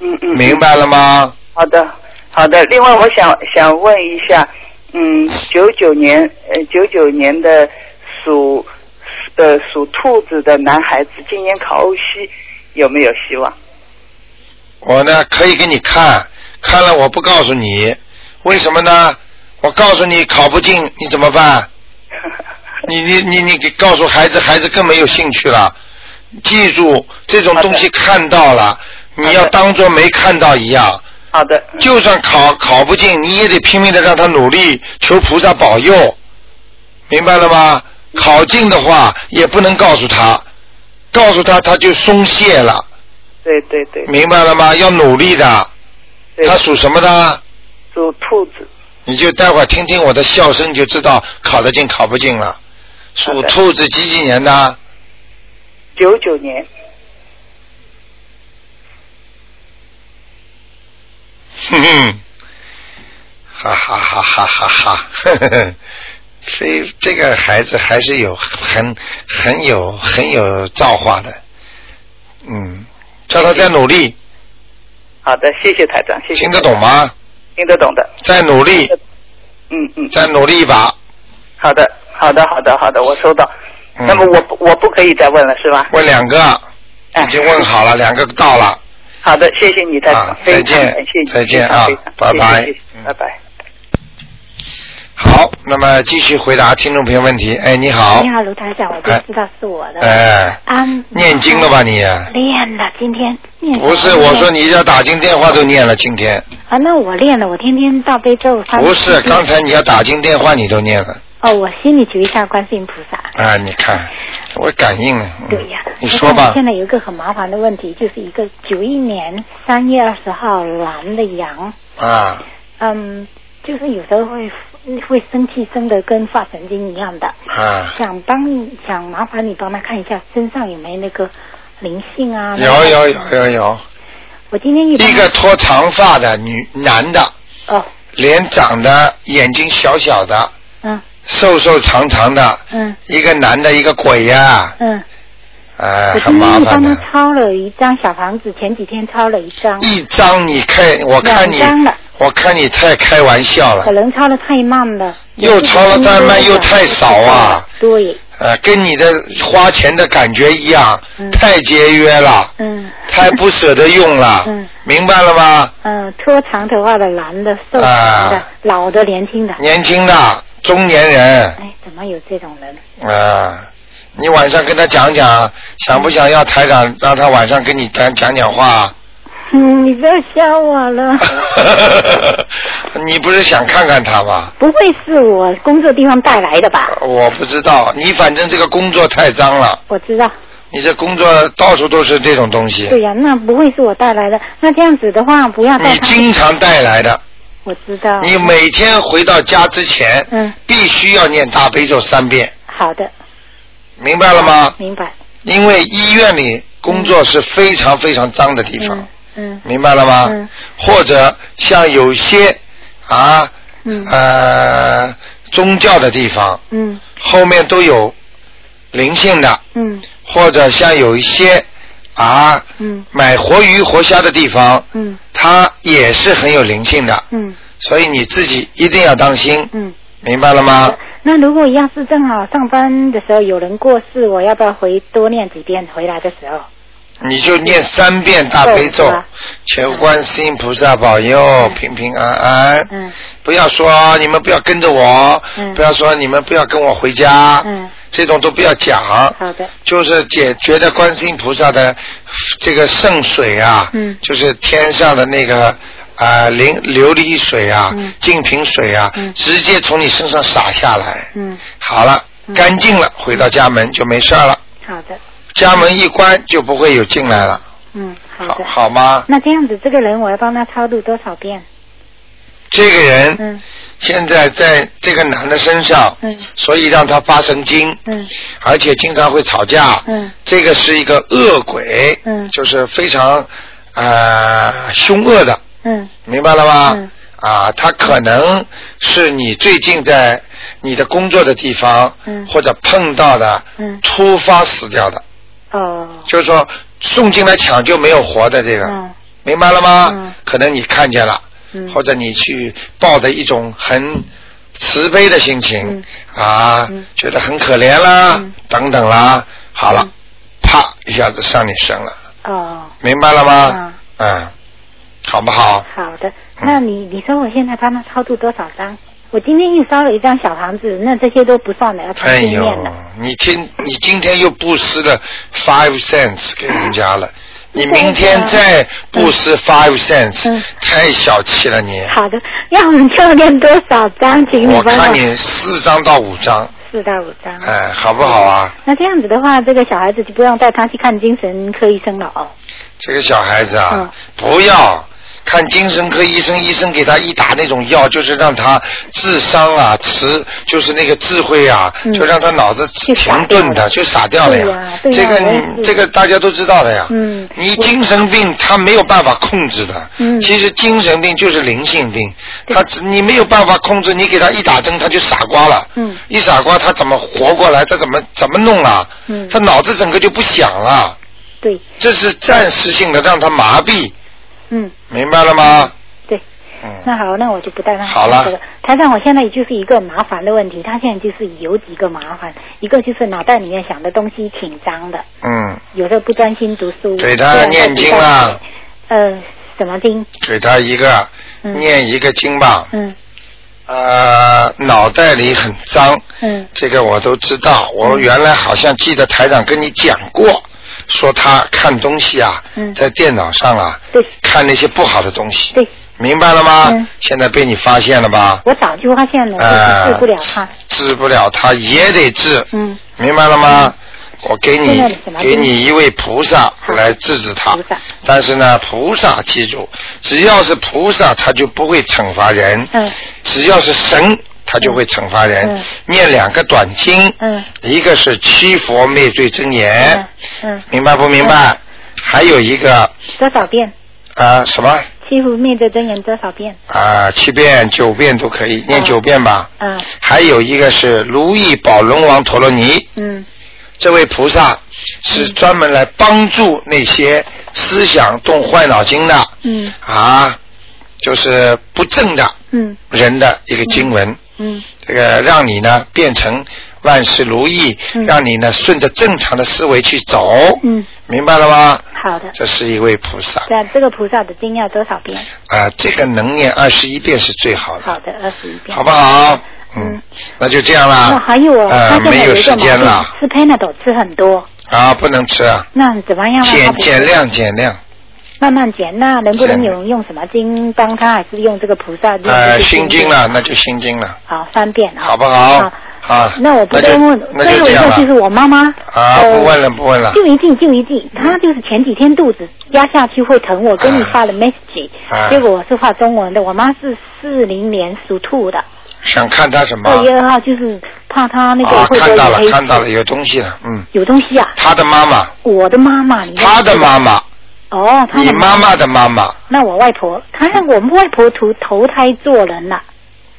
[SPEAKER 7] 嗯嗯，
[SPEAKER 1] 明白了吗？
[SPEAKER 7] 好的，好的。另外，我想想问一下，嗯，九九年，呃，九九年的属，呃，属兔子的男孩子，今年考欧西有没有希望？
[SPEAKER 1] 我呢可以给你看，看了我不告诉你，为什么呢？我告诉你考不进，你怎么办？你你你你给告诉孩子，孩子更没有兴趣了。记住，这种东西看到了，你要当做没看到一样。
[SPEAKER 7] 好的，
[SPEAKER 1] 就算考考不进，你也得拼命的让他努力，求菩萨保佑，明白了吗？考进的话，也不能告诉他，告诉他他就松懈了，
[SPEAKER 7] 对对对
[SPEAKER 1] 明白了吗？要努力的。
[SPEAKER 7] 对
[SPEAKER 1] 他，属什么的？
[SPEAKER 7] 属兔子，
[SPEAKER 1] 你就待会儿听听我的笑声，你就知道考得进考不进了。
[SPEAKER 7] 好
[SPEAKER 1] 属
[SPEAKER 7] 的
[SPEAKER 1] 兔子几几年 的？
[SPEAKER 7] 九九年，
[SPEAKER 1] 哼哼，哈哈哈哈哈哈， 呵呵呵非这个孩子还是有很很有很有造化的，嗯，叫他再努力，
[SPEAKER 7] 好的，谢谢台长，谢谢。
[SPEAKER 1] 听得懂？吗？
[SPEAKER 7] 听得懂的，
[SPEAKER 1] 再努力，
[SPEAKER 7] 嗯嗯，
[SPEAKER 1] 再努力一把。
[SPEAKER 7] 好的，好的，好的，好的，我收到。
[SPEAKER 1] 嗯
[SPEAKER 7] 那么我不我不可以再问了，是吧？
[SPEAKER 1] 问两个，
[SPEAKER 7] 哎
[SPEAKER 1] 已经问好了，两个到了。
[SPEAKER 7] 好的，谢谢你，台长
[SPEAKER 1] 啊，
[SPEAKER 7] 非常
[SPEAKER 1] 再见
[SPEAKER 7] 感谢你，
[SPEAKER 1] 再见
[SPEAKER 7] 非常
[SPEAKER 1] 啊
[SPEAKER 7] 非常
[SPEAKER 1] 拜拜
[SPEAKER 7] 谢谢谢谢
[SPEAKER 1] 嗯
[SPEAKER 7] 拜拜。
[SPEAKER 1] 好，那么继续回答听众朋友问题。哎，你好
[SPEAKER 8] 你，好，卢台长，我就
[SPEAKER 1] 哎
[SPEAKER 8] 知道是我的。
[SPEAKER 1] 哎，
[SPEAKER 8] 啊，
[SPEAKER 1] 念经了吧你？
[SPEAKER 8] 练了，今天念。
[SPEAKER 1] 不是，我说。你要打进电话都念了，今天
[SPEAKER 8] 啊，那我练了，我天天到悲咒发。嗯
[SPEAKER 1] 不是，刚才你要打进电话你都念了，
[SPEAKER 8] 哦，我心里求一下观世音菩萨。
[SPEAKER 1] 啊，你看，我感应了。嗯
[SPEAKER 8] 对呀、
[SPEAKER 1] 你说
[SPEAKER 8] 我看
[SPEAKER 1] 吧
[SPEAKER 8] 现，在有一个很麻烦的问题，就是一个九一年三月二十号男的羊，
[SPEAKER 1] 啊，
[SPEAKER 8] 嗯，就是有时候会会生气，生的跟发神经一样的。
[SPEAKER 1] 啊，
[SPEAKER 8] 想帮你，想麻烦你帮他看一下身上有没有那个灵性啊？
[SPEAKER 1] 有。有有有有，
[SPEAKER 8] 我今天一帮
[SPEAKER 1] 一个拖长发的女男的，
[SPEAKER 8] 哦，
[SPEAKER 1] 脸长得眼睛小小的，
[SPEAKER 8] 嗯
[SPEAKER 1] 瘦瘦长长的，
[SPEAKER 8] 嗯
[SPEAKER 1] 一个男的，一个鬼呀、
[SPEAKER 8] 嗯，
[SPEAKER 1] 哎，
[SPEAKER 8] 我
[SPEAKER 1] 很
[SPEAKER 8] 今
[SPEAKER 1] 麻
[SPEAKER 8] 天
[SPEAKER 1] 烦
[SPEAKER 8] 帮他
[SPEAKER 1] 的。
[SPEAKER 8] 抄了一张小房子，前几天抄了一张，
[SPEAKER 1] 一张你看，我看你
[SPEAKER 8] 两张了，
[SPEAKER 1] 我看你太开玩笑
[SPEAKER 8] 可
[SPEAKER 1] 了，
[SPEAKER 8] 能抄的太慢了。
[SPEAKER 1] 又抄得太慢又太少啊！
[SPEAKER 8] 对，
[SPEAKER 1] 呃，跟你的花钱的感觉一样，
[SPEAKER 8] 嗯
[SPEAKER 1] 太节约了，
[SPEAKER 8] 嗯
[SPEAKER 1] 太不舍得用了，
[SPEAKER 8] 嗯
[SPEAKER 1] 明白了吗？
[SPEAKER 8] 嗯，拖长头发的男的、瘦长的、
[SPEAKER 1] 啊
[SPEAKER 8] 老的、年轻的，
[SPEAKER 1] 年轻的中年人，
[SPEAKER 8] 哎，怎么有这种人？
[SPEAKER 1] 啊、你晚上跟他讲讲，想不想要台长让他晚上跟你讲讲讲话？
[SPEAKER 8] 嗯，你不要吓我了，
[SPEAKER 1] 你不是想看看他吗？
[SPEAKER 8] 不会是我工作地方带来的吧？
[SPEAKER 1] 我不知道，你反正这个工作太脏了，
[SPEAKER 8] 我知道，
[SPEAKER 1] 你这工作到处都是这种东西，
[SPEAKER 8] 对呀、那不会是我带来的。那这样子的话，不要带
[SPEAKER 1] 你
[SPEAKER 8] 他。
[SPEAKER 1] 经常带来的。
[SPEAKER 8] 我知道。
[SPEAKER 1] 你每天回到家之前，
[SPEAKER 8] 啊嗯
[SPEAKER 1] 必须要念大悲咒三遍，
[SPEAKER 8] 好的，
[SPEAKER 1] 明白了吗？
[SPEAKER 8] 明白。
[SPEAKER 1] 因为医院里工作是非常非常脏的地方，
[SPEAKER 8] 嗯嗯
[SPEAKER 1] 明白了吗？
[SPEAKER 8] 嗯
[SPEAKER 1] 或者像有些啊，
[SPEAKER 8] 嗯
[SPEAKER 1] 呃，宗教的地方，
[SPEAKER 8] 嗯
[SPEAKER 1] 后面都有灵性的，
[SPEAKER 8] 嗯
[SPEAKER 1] 或者像有一些啊
[SPEAKER 8] 嗯
[SPEAKER 1] 买活鱼活虾的地方，
[SPEAKER 8] 嗯
[SPEAKER 1] 它也是很有灵性的，
[SPEAKER 8] 嗯
[SPEAKER 1] 所以你自己一定要当心，
[SPEAKER 8] 嗯。
[SPEAKER 1] 明白了吗？
[SPEAKER 8] 那如果要是正好上班的时候有人过世，我要不要回多念几遍？回来的时候，
[SPEAKER 1] 你就念三遍大悲咒
[SPEAKER 8] 咒是吧，
[SPEAKER 1] 求观世音菩萨保佑平平安安。
[SPEAKER 8] 嗯
[SPEAKER 1] 不要说你们不要跟着我，
[SPEAKER 8] 嗯
[SPEAKER 1] 不要说你们不要跟我回家，
[SPEAKER 8] 嗯，
[SPEAKER 1] 这种都不要讲。
[SPEAKER 8] 好的，
[SPEAKER 1] 就是解决的观世音菩萨的这个圣水啊，
[SPEAKER 8] 嗯
[SPEAKER 1] 就是天上的那个啊灵、琉璃水啊、
[SPEAKER 8] 嗯
[SPEAKER 1] 净瓶水啊，
[SPEAKER 8] 嗯
[SPEAKER 1] 直接从你身上洒下来。
[SPEAKER 8] 嗯，
[SPEAKER 1] 好了，
[SPEAKER 8] 嗯
[SPEAKER 1] 干净了，回到家门就没事儿了。
[SPEAKER 8] 好的，
[SPEAKER 1] 家门一关就不会有进来了，
[SPEAKER 8] 嗯，好
[SPEAKER 1] 好
[SPEAKER 8] 的。
[SPEAKER 1] 好吗？
[SPEAKER 8] 那这样子，这个人我要帮他超度多少遍？
[SPEAKER 1] 这个人
[SPEAKER 8] 嗯
[SPEAKER 1] 现在在这个男的身上，
[SPEAKER 8] 嗯
[SPEAKER 1] 所以让他发神经，
[SPEAKER 8] 嗯
[SPEAKER 1] 而且经常会吵架。
[SPEAKER 8] 嗯
[SPEAKER 1] 这个是一个恶鬼，
[SPEAKER 8] 嗯
[SPEAKER 1] 就是非常呃凶恶的，
[SPEAKER 8] 嗯
[SPEAKER 1] 明白了吗？
[SPEAKER 8] 嗯
[SPEAKER 1] 啊，他可能是你最近在你的工作的地方，
[SPEAKER 8] 嗯
[SPEAKER 1] 或者碰到的，
[SPEAKER 8] 嗯，
[SPEAKER 1] 突发死掉的，
[SPEAKER 8] 哦，
[SPEAKER 1] 就是说送进来抢救没有活的这个，
[SPEAKER 8] 嗯
[SPEAKER 1] 明白了吗？
[SPEAKER 8] 嗯
[SPEAKER 1] 可能你看见了，
[SPEAKER 8] 嗯
[SPEAKER 1] 或者你去抱着一种很慈悲的心情、啊，
[SPEAKER 8] 嗯
[SPEAKER 1] 觉得很可怜啦，
[SPEAKER 8] 嗯
[SPEAKER 1] 等等啦，好了，
[SPEAKER 8] 嗯
[SPEAKER 1] 啪一下子上你身了，
[SPEAKER 8] 哦，
[SPEAKER 1] 明白了吗？
[SPEAKER 8] 嗯，
[SPEAKER 1] 嗯，好不好？
[SPEAKER 8] 好的。那你你说我现在帮他超度多少张？我今天又烧了一张小房子，那这些都不算的，要重
[SPEAKER 1] 哎
[SPEAKER 8] 新
[SPEAKER 1] 呦
[SPEAKER 8] 念的。，
[SPEAKER 1] 你今你今天又布施了 five cents 给人家
[SPEAKER 8] 嗯
[SPEAKER 1] 了，你明天再布施 five cents，、
[SPEAKER 8] 嗯
[SPEAKER 1] 太小气了你。
[SPEAKER 8] 好的，要我们就念多少张？嗯请你
[SPEAKER 1] 我
[SPEAKER 8] 帮
[SPEAKER 1] 看
[SPEAKER 8] 我
[SPEAKER 1] 你四张到五张，
[SPEAKER 8] 四到五张。
[SPEAKER 1] 哎，好不好啊？
[SPEAKER 8] 那这样子的话，这个小孩子就不用带他去看精神科医生了哦。
[SPEAKER 1] 这个小孩子啊，
[SPEAKER 8] 嗯
[SPEAKER 1] 不要看精神科医生，医生给他一打那种药，就是让他智商啊、慈，就是那个智慧啊，
[SPEAKER 8] 嗯
[SPEAKER 1] 就让他脑子
[SPEAKER 8] 就傻
[SPEAKER 1] 停顿
[SPEAKER 8] 掉
[SPEAKER 1] 的，
[SPEAKER 8] 了
[SPEAKER 1] 就傻掉了呀。
[SPEAKER 8] 对呀对呀
[SPEAKER 1] 这个
[SPEAKER 8] 我也
[SPEAKER 1] 你
[SPEAKER 8] 是
[SPEAKER 1] 这个大家都知道的呀。
[SPEAKER 8] 嗯
[SPEAKER 1] 你精神病他没有办法控制的。
[SPEAKER 8] 嗯
[SPEAKER 1] 其实精神病就是灵性病，
[SPEAKER 8] 对
[SPEAKER 1] 他只你没有办法控制，你给他一打针他就傻瓜了。
[SPEAKER 8] 嗯
[SPEAKER 1] 一傻瓜他怎么活过来？他怎么怎么弄啊？
[SPEAKER 8] 嗯
[SPEAKER 1] 他脑子整个就不响了。
[SPEAKER 8] 对，
[SPEAKER 1] 这是暂时性的，让他麻痹，
[SPEAKER 8] 嗯，
[SPEAKER 1] 明白了吗？
[SPEAKER 8] 对。那
[SPEAKER 1] 嗯，
[SPEAKER 8] 好，那我就不带他
[SPEAKER 1] 好了
[SPEAKER 8] 这个。台长，我现在就是一个麻烦的问题，他现在就是有几个麻烦，一个就是脑袋里面想的东西挺脏的，
[SPEAKER 1] 嗯，
[SPEAKER 8] 有时候不专心读书。
[SPEAKER 1] 给他
[SPEAKER 8] 这样
[SPEAKER 1] 念经啊。
[SPEAKER 8] 呃，什么经？
[SPEAKER 1] 给他一个、
[SPEAKER 8] 嗯
[SPEAKER 1] 念一个经吧。
[SPEAKER 8] 嗯
[SPEAKER 1] 呃，脑袋里很脏，
[SPEAKER 8] 嗯
[SPEAKER 1] 这个我都知道。我原来好像记得台长跟你讲过，说他看东西啊，
[SPEAKER 8] 嗯
[SPEAKER 1] 在电脑上啊，
[SPEAKER 8] 对
[SPEAKER 1] 看那些不好的东西，
[SPEAKER 8] 对，
[SPEAKER 1] 明白了吗？
[SPEAKER 8] 嗯
[SPEAKER 1] 现在被你发现了吧？
[SPEAKER 8] 我早就发现了，就是
[SPEAKER 1] 呃，
[SPEAKER 8] 治不了他。
[SPEAKER 1] 治不了他也得治，
[SPEAKER 8] 嗯，
[SPEAKER 1] 明白了吗？我给
[SPEAKER 8] 现
[SPEAKER 1] 你
[SPEAKER 8] 在什么
[SPEAKER 1] 给你一位菩萨来制止他
[SPEAKER 8] 菩萨，
[SPEAKER 1] 但是呢，菩萨记住，只要是菩萨，他就不会惩罚人；
[SPEAKER 8] 嗯
[SPEAKER 1] 只要是神，他就会惩罚人。
[SPEAKER 8] 嗯
[SPEAKER 1] 念两个短经，
[SPEAKER 8] 嗯
[SPEAKER 1] 一个是七佛灭罪真言，
[SPEAKER 8] 嗯嗯，
[SPEAKER 1] 明白不明白？还有一个啊、
[SPEAKER 8] 多少遍？
[SPEAKER 1] 呃什么啊、
[SPEAKER 8] 欺负面对真言多少遍？
[SPEAKER 1] 呃七遍、九遍都可以，念
[SPEAKER 8] 嗯
[SPEAKER 1] 九遍吧。
[SPEAKER 8] 嗯
[SPEAKER 1] 还有一个是如意宝龙王陀罗尼，
[SPEAKER 8] 嗯
[SPEAKER 1] 这位菩萨是专门来帮助那些思想动坏脑筋的
[SPEAKER 8] 嗯
[SPEAKER 1] 啊，就是不正的
[SPEAKER 8] 嗯
[SPEAKER 1] 人的一个经文，
[SPEAKER 8] 嗯
[SPEAKER 1] 这个让你呢变成万事如意，
[SPEAKER 8] 嗯
[SPEAKER 1] 让你呢顺着正常的思维去走，
[SPEAKER 8] 嗯，
[SPEAKER 1] 明白了吗？
[SPEAKER 8] 好的。
[SPEAKER 1] 这是一位菩萨
[SPEAKER 8] 对啊，这个菩萨的经要多少遍？
[SPEAKER 1] 啊，这个能念二十一遍是最好的，
[SPEAKER 8] 好的，二十一遍。
[SPEAKER 1] 好不好？嗯
[SPEAKER 8] 嗯，
[SPEAKER 1] 那就这样啦
[SPEAKER 8] 那。还有我
[SPEAKER 1] 呃
[SPEAKER 8] 发，现
[SPEAKER 1] 没
[SPEAKER 8] 我有一
[SPEAKER 1] 时
[SPEAKER 8] 个毛
[SPEAKER 1] 间了
[SPEAKER 8] 病，吃 Panadol 吃很多，
[SPEAKER 1] 啊，不能吃啊。
[SPEAKER 8] 那怎么样让它
[SPEAKER 1] 减
[SPEAKER 8] 不
[SPEAKER 1] 减量减量，
[SPEAKER 8] 慢慢减？那能不能
[SPEAKER 1] 减
[SPEAKER 8] 有用什么经帮他，还是用这个菩萨？
[SPEAKER 1] 呃，心经。了，那就心经了，
[SPEAKER 8] 好，三遍啊。
[SPEAKER 1] 好不好
[SPEAKER 8] 好？
[SPEAKER 1] 好，
[SPEAKER 8] 那我不
[SPEAKER 1] 就
[SPEAKER 8] 再问，
[SPEAKER 1] 那
[SPEAKER 8] 再
[SPEAKER 1] 就
[SPEAKER 8] 问
[SPEAKER 1] 这
[SPEAKER 8] 一
[SPEAKER 1] 样
[SPEAKER 8] 个就是
[SPEAKER 1] 了。
[SPEAKER 8] 我妈妈。
[SPEAKER 1] 啊，
[SPEAKER 8] 呃
[SPEAKER 1] 不问了，不问了。嗯
[SPEAKER 8] 就一剂就一剂，他就是前几天肚子压下去会疼，我跟你发了 message，、
[SPEAKER 1] 啊
[SPEAKER 8] 结果我是发中文的，我妈是四零年属兔的，
[SPEAKER 1] 想看他什么？
[SPEAKER 8] 二月二号就是怕她哦那个
[SPEAKER 1] 啊，
[SPEAKER 8] 会不
[SPEAKER 1] 看
[SPEAKER 8] 会
[SPEAKER 1] 到
[SPEAKER 8] 有黑
[SPEAKER 1] 了，
[SPEAKER 8] 痣
[SPEAKER 1] 看到了，有东西了，嗯。
[SPEAKER 8] 有东西啊，
[SPEAKER 1] 他的妈妈，
[SPEAKER 8] 我的妈妈，你知道吗
[SPEAKER 1] 他的妈妈，
[SPEAKER 8] 哦，她
[SPEAKER 1] 你
[SPEAKER 8] 的
[SPEAKER 1] 妈妈的妈妈，
[SPEAKER 8] 那我外婆，她让我们外婆头投胎做人了，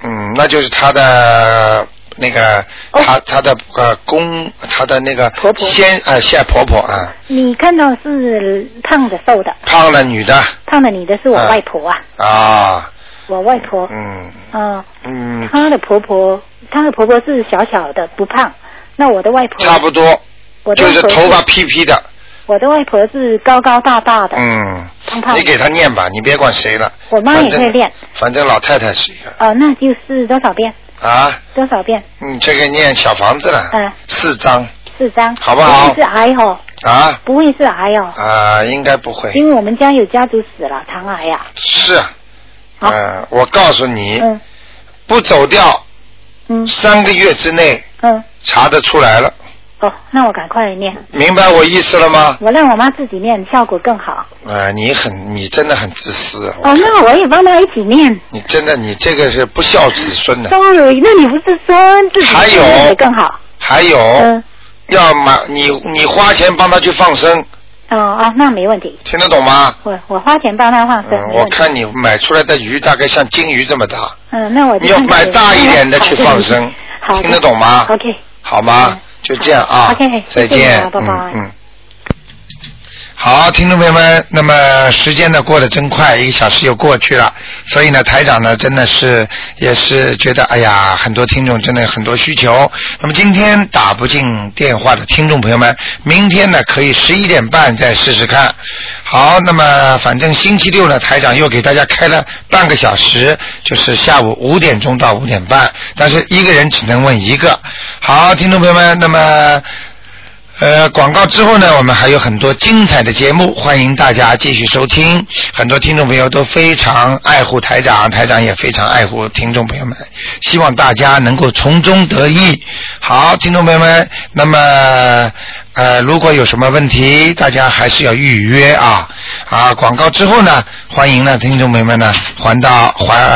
[SPEAKER 1] 嗯，那就是他的那个
[SPEAKER 8] 哦
[SPEAKER 1] 他他的呃公他的那个
[SPEAKER 4] 婆婆
[SPEAKER 1] 先啊现婆婆啊，
[SPEAKER 8] 你看到是胖的瘦的，
[SPEAKER 1] 胖的女的
[SPEAKER 8] 胖的女的是我
[SPEAKER 1] 嗯
[SPEAKER 8] 外婆啊，
[SPEAKER 1] 啊，
[SPEAKER 8] 我外婆，
[SPEAKER 1] 嗯
[SPEAKER 8] 嗯，
[SPEAKER 1] 嗯，
[SPEAKER 8] 她的婆婆，她的婆婆是小小的不胖，那我的外婆
[SPEAKER 1] 差不多，
[SPEAKER 8] 我的
[SPEAKER 1] 就
[SPEAKER 8] 外
[SPEAKER 1] 是
[SPEAKER 8] 婆
[SPEAKER 1] 头发披披的，
[SPEAKER 8] 我的外婆是高高大大的，
[SPEAKER 1] 嗯，
[SPEAKER 8] 胖胖
[SPEAKER 1] 你给
[SPEAKER 8] 的。
[SPEAKER 1] 他念吧，你别管谁了，
[SPEAKER 8] 我妈也会练，
[SPEAKER 1] 反正老太太是一个
[SPEAKER 8] 哦，那就是多少遍？
[SPEAKER 1] 啊，
[SPEAKER 8] 多少遍？
[SPEAKER 1] 你这个念小房子了，
[SPEAKER 8] 嗯，
[SPEAKER 1] 四张
[SPEAKER 8] 四张。
[SPEAKER 1] 好不好
[SPEAKER 8] 不会是癌哦，
[SPEAKER 1] 啊
[SPEAKER 8] 不会是癌哦，
[SPEAKER 1] 啊，应该不会，
[SPEAKER 8] 因为我们家有家族死了，糖癌呀、
[SPEAKER 1] 是，
[SPEAKER 8] 好
[SPEAKER 1] 嗯，我告诉你，
[SPEAKER 8] 嗯
[SPEAKER 1] 不走掉
[SPEAKER 8] 嗯
[SPEAKER 1] 三个月之内
[SPEAKER 8] 嗯，
[SPEAKER 1] 查得出来了，
[SPEAKER 8] 哦，那我赶快念，
[SPEAKER 1] 明白我意思了吗？
[SPEAKER 8] 我让我妈自己念，效果更好。
[SPEAKER 1] 啊，你很，你真的很自私，啊我
[SPEAKER 8] 嗯哦，那我也帮她一起念。
[SPEAKER 1] 你真的，你这个是不孝子孙啊的。
[SPEAKER 8] Sorry，那你不是说自己
[SPEAKER 1] 还有哦
[SPEAKER 8] 念的更好？
[SPEAKER 1] 还有，
[SPEAKER 8] 嗯，
[SPEAKER 1] 要买你你花钱帮他去放生，
[SPEAKER 8] 哦哦，那没问题，
[SPEAKER 1] 听得懂吗？
[SPEAKER 8] 我我花钱帮她放生，
[SPEAKER 1] 嗯，
[SPEAKER 8] 没
[SPEAKER 1] 我
[SPEAKER 8] 问题。
[SPEAKER 1] 看你买出来的鱼大概像金鱼这么大，
[SPEAKER 8] 嗯，那我就
[SPEAKER 1] 你要
[SPEAKER 8] 看看
[SPEAKER 1] 买
[SPEAKER 8] 有
[SPEAKER 1] 大
[SPEAKER 8] 没有
[SPEAKER 1] 一点的
[SPEAKER 8] 好
[SPEAKER 1] 去
[SPEAKER 8] 的
[SPEAKER 1] 放
[SPEAKER 8] 鱼
[SPEAKER 1] 生
[SPEAKER 8] 好的
[SPEAKER 1] 听得懂吗
[SPEAKER 8] ？OK，
[SPEAKER 1] 好吗
[SPEAKER 8] 嗯？
[SPEAKER 1] 就这样啊
[SPEAKER 8] OK，
[SPEAKER 1] 再
[SPEAKER 8] 谢谢你
[SPEAKER 1] 见
[SPEAKER 8] 啊，拜拜
[SPEAKER 1] 嗯嗯。好，听众朋友们，那么时间呢过得真快，一个小时又过去了，所以呢，台长呢真的是也是觉得，哎呀，很多听众真的很多需求。那么今天打不进电话的听众朋友们，明天呢可以十一点半再试试看。好，那么反正星期六呢，台长又给大家开了半个小时，就是下午五点钟到五点半，但是一个人只能问一个。好，听众朋友们，那么。呃，广告之后呢，我们还有很多精彩的节目，欢迎大家继续收听。很多听众朋友都非常爱护台长，台长也非常爱护听众朋友们，希望大家能够从中得益。好，听众朋友们，那么呃，如果有什么问题，大家还是要预约啊啊。广告之后呢，欢迎呢听众朋友们呢还到还。呃